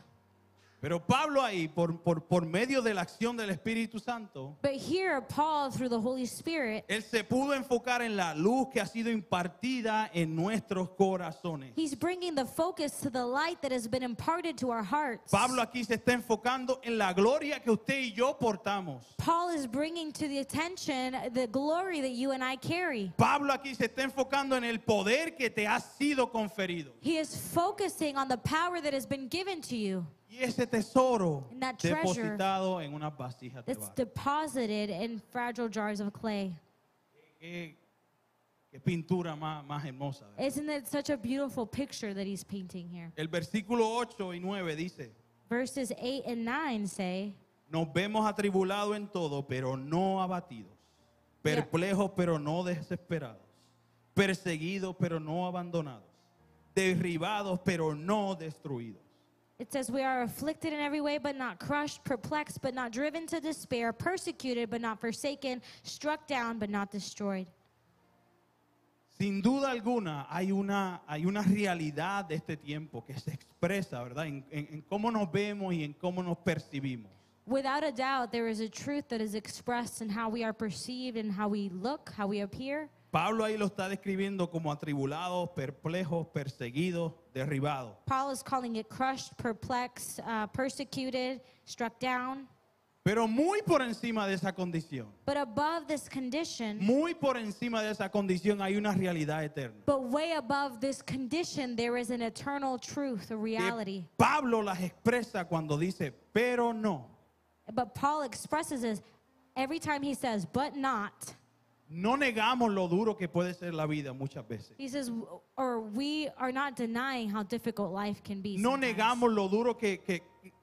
Speaker 1: Pero Pablo ahí, por, por, por medio de la acción del Espíritu Santo,
Speaker 2: But here, Paul, through the Holy Spirit,
Speaker 1: él se pudo enfocar en la luz que ha sido impartida en nuestros corazones.
Speaker 2: he's bringing the focus to the light that has been imparted to our hearts.
Speaker 1: Pablo aquí se está enfocando en la gloria que usted y yo portamos.
Speaker 2: Paul is bringing to the attention the glory that you and I carry.
Speaker 1: Pablo aquí se está enfocando en el poder que te ha sido conferido.
Speaker 2: He is focusing on the power that has been given to you
Speaker 1: Y ese tesoro
Speaker 2: And that treasure
Speaker 1: depositado en unas vasijas de
Speaker 2: that's
Speaker 1: barro.
Speaker 2: deposited in fragile jars of clay.
Speaker 1: Qué, qué pintura más, más hermosa. ¿verdad?
Speaker 2: Isn't it such a beautiful picture that he's painting here?
Speaker 1: El versículo 8 y 9 dice,
Speaker 2: Verses 8 and 9 say,
Speaker 1: nos vemos atribulados en todo, pero no abatidos, perplejos, pero no desesperados, perseguidos, pero no abandonados, derribados, pero no destruidos.
Speaker 2: It says, We are afflicted in every way, but not crushed, perplexed, but not driven to despair, persecuted, but not forsaken, struck down, but not destroyed.
Speaker 1: Sin duda alguna hay una, hay una realidad de este tiempo que se expresa, ¿verdad? En, en- en cómo nos vemos y en cómo nos percibimos.
Speaker 2: Without a doubt, there is a truth that is expressed in how we are perceived and how we look, how we appear.
Speaker 1: Pablo ahí lo está describiendo como atribulados, perplejos, perseguidos, derribados.
Speaker 2: Paul is calling it crushed, perplexed, uh, persecuted, struck down.
Speaker 1: Pero muy por encima de esa condición,
Speaker 2: But above this condition,
Speaker 1: muy por encima de esa condición hay una realidad eterna.
Speaker 2: but way above this condition, there is an eternal truth, a
Speaker 1: que
Speaker 2: reality.
Speaker 1: Pablo las expresa cuando dice, pero no,
Speaker 2: But Paul expresses this every time he says, but not.
Speaker 1: no negamos lo duro que puede ser la vida muchas veces.
Speaker 2: He says, w- or we are not denying how difficult life can be.
Speaker 1: No
Speaker 2: sometimes.
Speaker 1: negamos lo duro que, que,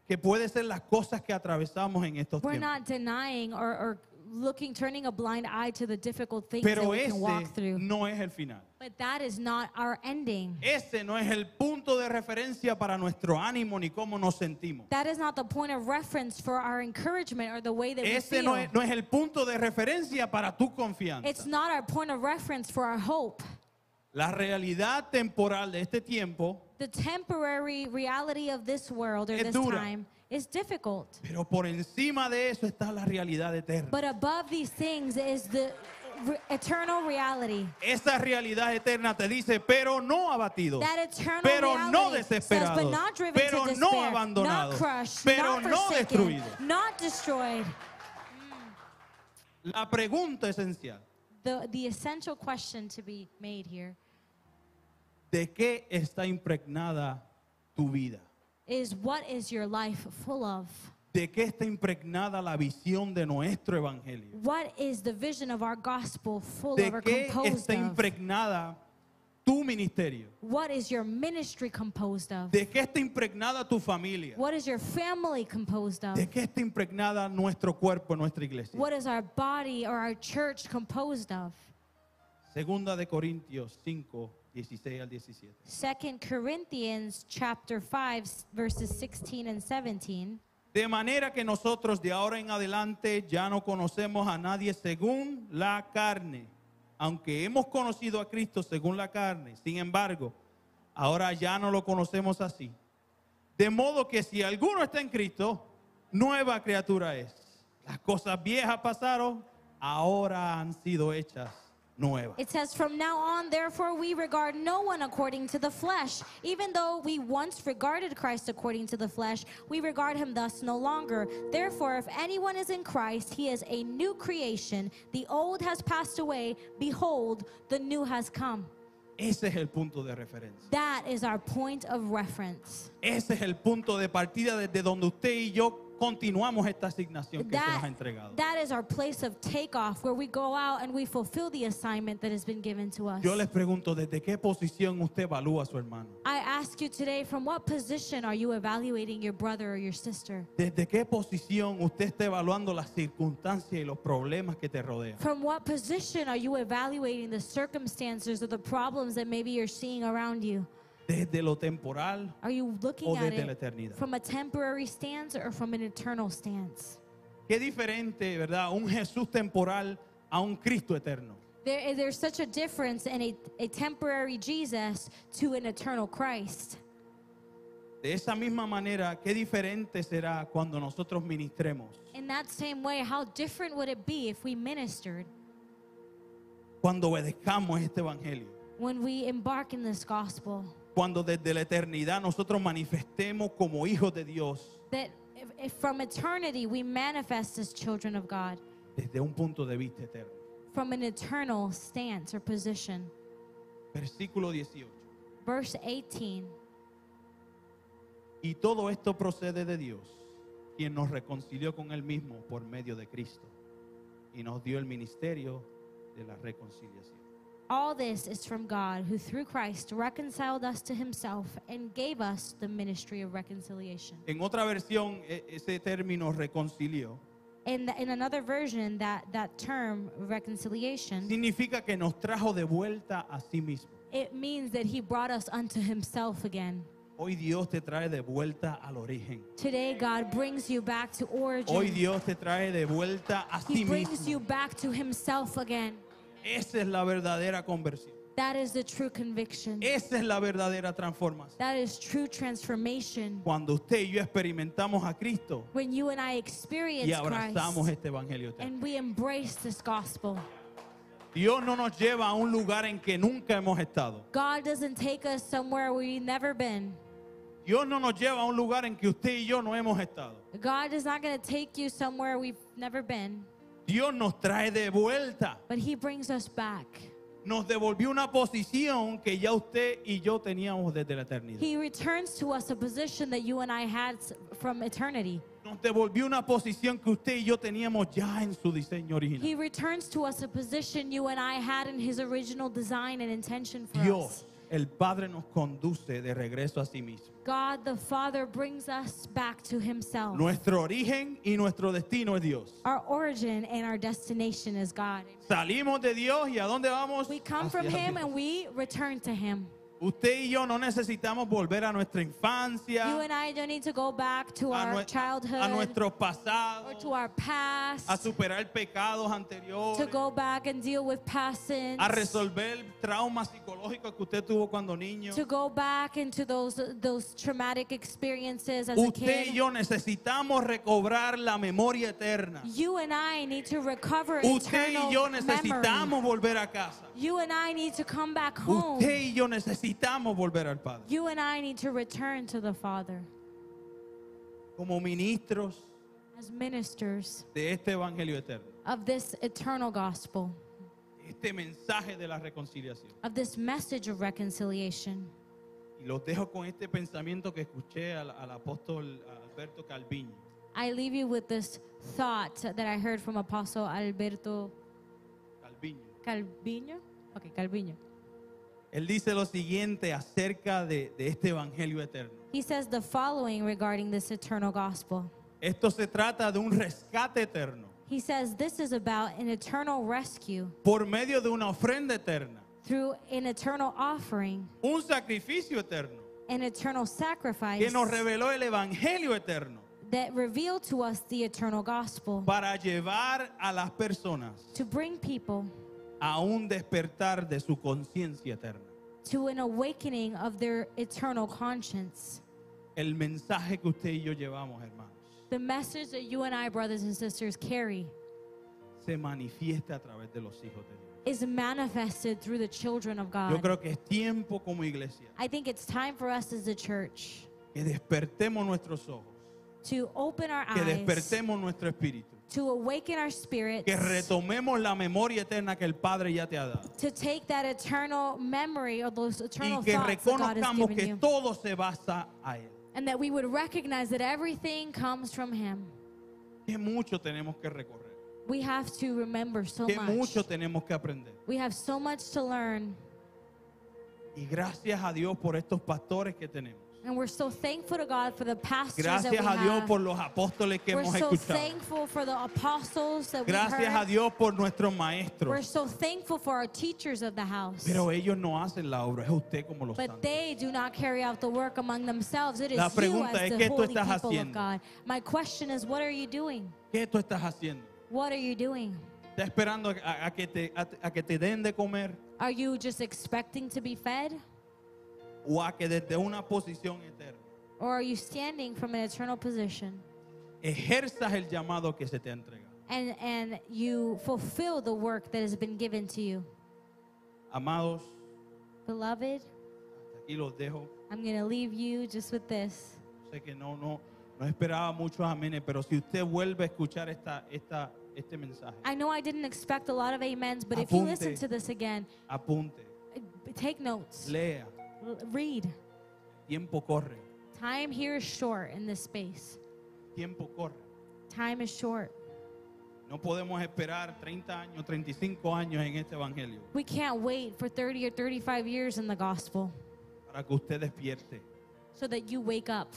Speaker 1: que puede ser las cosas que atravesamos en estos
Speaker 2: We're
Speaker 1: tiempos.
Speaker 2: not denying or, or looking, turning a blind eye to the difficult things that
Speaker 1: Pero
Speaker 2: we can walk
Speaker 1: ese
Speaker 2: through.
Speaker 1: no es el final.
Speaker 2: But that is not our ending.
Speaker 1: Ese no es el punto de referencia para nuestro ánimo ni cómo nos sentimos.
Speaker 2: That is not the point of reference for our encouragement or the way that we
Speaker 1: Ese
Speaker 2: feel.
Speaker 1: no es, no es el punto de referencia para tu
Speaker 2: It's
Speaker 1: confianza.
Speaker 2: not our point of reference for our hope.
Speaker 1: La realidad temporal de este tiempo,
Speaker 2: The temporary reality of this world or
Speaker 1: Es
Speaker 2: this
Speaker 1: dura.
Speaker 2: time is difficult.
Speaker 1: pero por encima de eso está la realidad eterna.
Speaker 2: But above these things is the re- eternal reality.
Speaker 1: Esa realidad eterna te dice, pero no abatido,
Speaker 2: That eternal
Speaker 1: pero
Speaker 2: reality
Speaker 1: no
Speaker 2: says, but
Speaker 1: desesperado,
Speaker 2: not driven
Speaker 1: pero
Speaker 2: to
Speaker 1: no
Speaker 2: despair,
Speaker 1: abandonado,
Speaker 2: not crushed,
Speaker 1: pero
Speaker 2: not
Speaker 1: no
Speaker 2: forsaken,
Speaker 1: destruido.
Speaker 2: not destroyed.
Speaker 1: La pregunta esencial,
Speaker 2: The, the essential question to be made here
Speaker 1: ¿de qué está impregnada tu vida?
Speaker 2: is what is your life full of?
Speaker 1: ¿De qué está impregnada la visión de nuestro evangelio?
Speaker 2: What is the vision of our gospel full of
Speaker 1: ¿De
Speaker 2: or
Speaker 1: qué
Speaker 2: composed
Speaker 1: está
Speaker 2: of?
Speaker 1: impregnada tu ministerio?
Speaker 2: What is your ministry composed of?
Speaker 1: ¿De qué está impregnada tu familia?
Speaker 2: What is your family composed of?
Speaker 1: ¿De qué está impregnada nuestro cuerpo, nuestra iglesia?
Speaker 2: What is our body or our church composed of?
Speaker 1: Segunda de Corintios 5, 16 al 17.
Speaker 2: 2 Corinthians chapter 5 s- verses 16 and 17.
Speaker 1: De manera que nosotros de ahora en adelante ya no conocemos a nadie según la carne. Aunque hemos conocido a Cristo según la carne, sin embargo, ahora ya no lo conocemos así. De modo que si alguno está en Cristo, nueva criatura es. Las cosas viejas pasaron, ahora han sido hechas nuevas.
Speaker 2: It says, From now on, therefore, we regard no one according to the flesh. Even though we once regarded Christ according to the flesh, we regard him thus no longer. Therefore, if anyone is in Christ, he is a new creation. The old has passed away. Behold, the new has come.
Speaker 1: Ese es el punto de referencia.
Speaker 2: That is our point of reference.
Speaker 1: Ese es el punto de partida desde donde usted y yo continuamos esta asignación que se nos ha
Speaker 2: That,
Speaker 1: entregado.
Speaker 2: that is our place of takeoff where we go out and we fulfill the assignment that has been given to us.
Speaker 1: Yo les pregunto, ¿desde qué posición usted evalúa a su hermano?
Speaker 2: I ask you today, from what position are you evaluating your brother or your sister?
Speaker 1: ¿Desde qué posición usted está evaluando las circunstancias y los problemas que te rodean?
Speaker 2: From what position are you evaluating the circumstances or the problems that maybe you're seeing around you?
Speaker 1: ¿Desde lo temporal?
Speaker 2: Are you looking
Speaker 1: O
Speaker 2: at
Speaker 1: desde la
Speaker 2: it
Speaker 1: eternidad.
Speaker 2: from a temporary stance or from an eternal stance?
Speaker 1: Qué diferente, ¿verdad? Un Jesús temporal a un Cristo eterno.
Speaker 2: There, there's such a difference in a, a temporary Jesus to an eternal Christ.
Speaker 1: De esa misma manera, qué diferente será cuando nosotros ministremos.
Speaker 2: In that same way, how different would it be if we ministered
Speaker 1: Cuando obedezcamos este evangelio.
Speaker 2: when we embark in this gospel?
Speaker 1: Cuando desde la eternidad nosotros manifestemos como hijos de Dios
Speaker 2: That if, if from eternity we manifest as children of God
Speaker 1: desde un punto de vista eterno.
Speaker 2: from an eternal stance or position.
Speaker 1: Versículo 18.
Speaker 2: Verse 18
Speaker 1: Y todo esto procede de Dios, quien nos reconcilió con Él mismo por medio de Cristo y nos dio el ministerio de la reconciliación.
Speaker 2: All this is from God, who through Christ reconciled us to himself and gave us the ministry of reconciliation.
Speaker 1: En otra versión, e- ese término reconcilió
Speaker 2: In, the, in another version, that, that term, reconciliation,
Speaker 1: significa que nos trajo de vuelta a sí mismo.
Speaker 2: it means that he brought us unto himself again.
Speaker 1: Hoy Dios te trae de vuelta al origen.
Speaker 2: Today, God brings you back to
Speaker 1: Hoy
Speaker 2: origin.
Speaker 1: Dios te trae de vuelta a
Speaker 2: He
Speaker 1: sí
Speaker 2: brings you
Speaker 1: mismo.
Speaker 2: back to himself again.
Speaker 1: Esa es la verdadera conversión.
Speaker 2: That is the true conviction.
Speaker 1: Esa es la verdadera transformación.
Speaker 2: That is true transformation.
Speaker 1: Cuando usted y yo experimentamos a Cristo
Speaker 2: When you and I experience
Speaker 1: y abrazamos
Speaker 2: Christ
Speaker 1: este evangelio. eterno.
Speaker 2: and we embrace this gospel.
Speaker 1: Dios no nos lleva a un lugar en que nunca hemos estado.
Speaker 2: God doesn't take us somewhere we've never been.
Speaker 1: Dios no nos lleva a un lugar en que usted y yo no hemos estado.
Speaker 2: God is not going to take you somewhere we've never been,
Speaker 1: Dios nos trae de vuelta.
Speaker 2: but He brings us back.
Speaker 1: Nos devolvió una posición que ya usted y yo teníamos desde la eternidad.
Speaker 2: He returns to us a position that you and I had s- from eternity.
Speaker 1: Nos devolvió una posición que usted y yo teníamos ya en su diseño
Speaker 2: He
Speaker 1: original.
Speaker 2: returns to us a position you and I had in His original design and intention for us.
Speaker 1: Dios, el Padre nos conduce de regreso a sí mismo.
Speaker 2: God the Father brings us back to Himself.
Speaker 1: Nuestro origen y nuestro destino es Dios.
Speaker 2: Our origin and our destination is God.
Speaker 1: Salimos de Dios y ¿a dónde vamos?
Speaker 2: We come
Speaker 1: Hacia
Speaker 2: from Him
Speaker 1: Dios.
Speaker 2: and we return to Him.
Speaker 1: Usted y yo no necesitamos volver a nuestra infancia.
Speaker 2: You and I don't need to go back to
Speaker 1: a,
Speaker 2: our
Speaker 1: nue-
Speaker 2: childhood.
Speaker 1: a nuestros
Speaker 2: or
Speaker 1: pasados,
Speaker 2: to our past,
Speaker 1: a superar pecados anteriores,
Speaker 2: to go back and deal with past sins,
Speaker 1: a resolver traumas psicológicos que usted tuvo cuando niño.
Speaker 2: to go back into those those traumatic experiences as a
Speaker 1: Usted
Speaker 2: kid.
Speaker 1: y yo necesitamos recobrar la memoria eterna.
Speaker 2: You and I need to recover
Speaker 1: Usted y
Speaker 2: eternal
Speaker 1: yo
Speaker 2: memory.
Speaker 1: necesitamos volver a casa.
Speaker 2: You and I need to come back home.
Speaker 1: Usted y yo necesitamos volver al Padre.
Speaker 2: You and I need to return to the Father.
Speaker 1: Como ministros
Speaker 2: As ministers
Speaker 1: de este Evangelio eterno,
Speaker 2: of this eternal gospel,
Speaker 1: este mensaje de la reconciliación.
Speaker 2: of this message of reconciliation.
Speaker 1: Y los dejo con este pensamiento que escuché al, al apóstol Alberto Calviño.
Speaker 2: I leave you with this thought that I heard from Apostle Alberto
Speaker 1: Calviño.
Speaker 2: Calviño. Okay, Calviño.
Speaker 1: Él dice lo siguiente acerca de, de este Evangelio eterno.
Speaker 2: He says the following regarding this eternal gospel.
Speaker 1: Esto se trata de un rescate eterno
Speaker 2: He says this is about an eternal rescue
Speaker 1: por medio de una ofrenda eterna,
Speaker 2: through an eternal offering,
Speaker 1: un sacrificio eterno
Speaker 2: an eternal
Speaker 1: que
Speaker 2: sacrifice
Speaker 1: nos reveló el Evangelio eterno
Speaker 2: that revealed to us the eternal gospel
Speaker 1: para llevar a las personas
Speaker 2: to bring people
Speaker 1: a un despertar de su conciencia eterna.
Speaker 2: to an awakening of their eternal conscience.
Speaker 1: El mensaje que usted y yo llevamos, hermanos,
Speaker 2: The message that you and I, brothers and sisters, carry
Speaker 1: se manifiesta a través de los hijos de Dios.
Speaker 2: is manifested through the children of
Speaker 1: Yo
Speaker 2: God.
Speaker 1: creo que es tiempo como iglesia
Speaker 2: I think it's time for us as a church
Speaker 1: que despertemos nuestros ojos,
Speaker 2: to open our
Speaker 1: que
Speaker 2: eyes,
Speaker 1: despertemos nuestro espíritu.
Speaker 2: to awaken our spirits.
Speaker 1: que retomemos la memoria eterna que el Padre ya te ha dado.
Speaker 2: to take that eternal memory or those eternal
Speaker 1: Y que
Speaker 2: thoughts that God has
Speaker 1: reconozcamos
Speaker 2: given
Speaker 1: que
Speaker 2: you,
Speaker 1: todo se basa a Él.
Speaker 2: and that we would recognize that everything comes from Him.
Speaker 1: Que mucho tenemos que recorrer.
Speaker 2: We have to remember so
Speaker 1: Que
Speaker 2: much.
Speaker 1: mucho tenemos que aprender.
Speaker 2: We have so much to learn,
Speaker 1: Y gracias a Dios por estos pastores que tenemos.
Speaker 2: and we're so thankful to God for the pastors that we
Speaker 1: Gracias a Dios
Speaker 2: have.
Speaker 1: por los apóstoles que
Speaker 2: we're
Speaker 1: hemos
Speaker 2: so
Speaker 1: escuchado.
Speaker 2: thankful for the apostles that we
Speaker 1: Gracias
Speaker 2: heard.
Speaker 1: a Dios por nuestros
Speaker 2: We're
Speaker 1: maestros.
Speaker 2: so thankful for our teachers of the house.
Speaker 1: Pero ellos no hacen la obra, es usted como los
Speaker 2: but
Speaker 1: santos.
Speaker 2: they do not carry out the work among themselves. It is
Speaker 1: La
Speaker 2: you
Speaker 1: pregunta
Speaker 2: as
Speaker 1: es,
Speaker 2: the
Speaker 1: ¿qué tú
Speaker 2: holy people
Speaker 1: estás
Speaker 2: of
Speaker 1: haciendo?
Speaker 2: God. My question is, what are you doing?
Speaker 1: ¿Qué tú estás haciendo?
Speaker 2: What are you doing?
Speaker 1: ¿Estás esperando a, a que te, a- a que te den de comer
Speaker 2: Are you just expecting to be fed?
Speaker 1: o a que desde una posición eterna?
Speaker 2: Or are you standing from an eternal position
Speaker 1: ejerzas el llamado que se te ha entregado.
Speaker 2: and, and you fulfill the work that has been given to you?
Speaker 1: Amados,
Speaker 2: Beloved,
Speaker 1: hasta aquí los dejo.
Speaker 2: I'm going to leave you just with this.
Speaker 1: Sé que no, no, no esperaba muchos amenes, pero si usted vuelve a escuchar esta, esta, este mensaje,
Speaker 2: I know I didn't expect a lot of amens, but if you
Speaker 1: Apunte.
Speaker 2: listen to this again,
Speaker 1: apunte,
Speaker 2: uh, take notes,
Speaker 1: lea,
Speaker 2: L- read.
Speaker 1: tiempo corre,
Speaker 2: Time here is short in this space.
Speaker 1: tiempo corre.
Speaker 2: Time is short.
Speaker 1: No podemos esperar 30 años, 35 años en este evangelio
Speaker 2: We can't wait for 30 or 35 years in the gospel
Speaker 1: para que usted despierte.
Speaker 2: so that you wake up.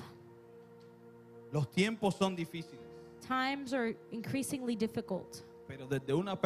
Speaker 1: Los tiempos son difíciles,
Speaker 2: Times are increasingly difficult,
Speaker 1: pero desde una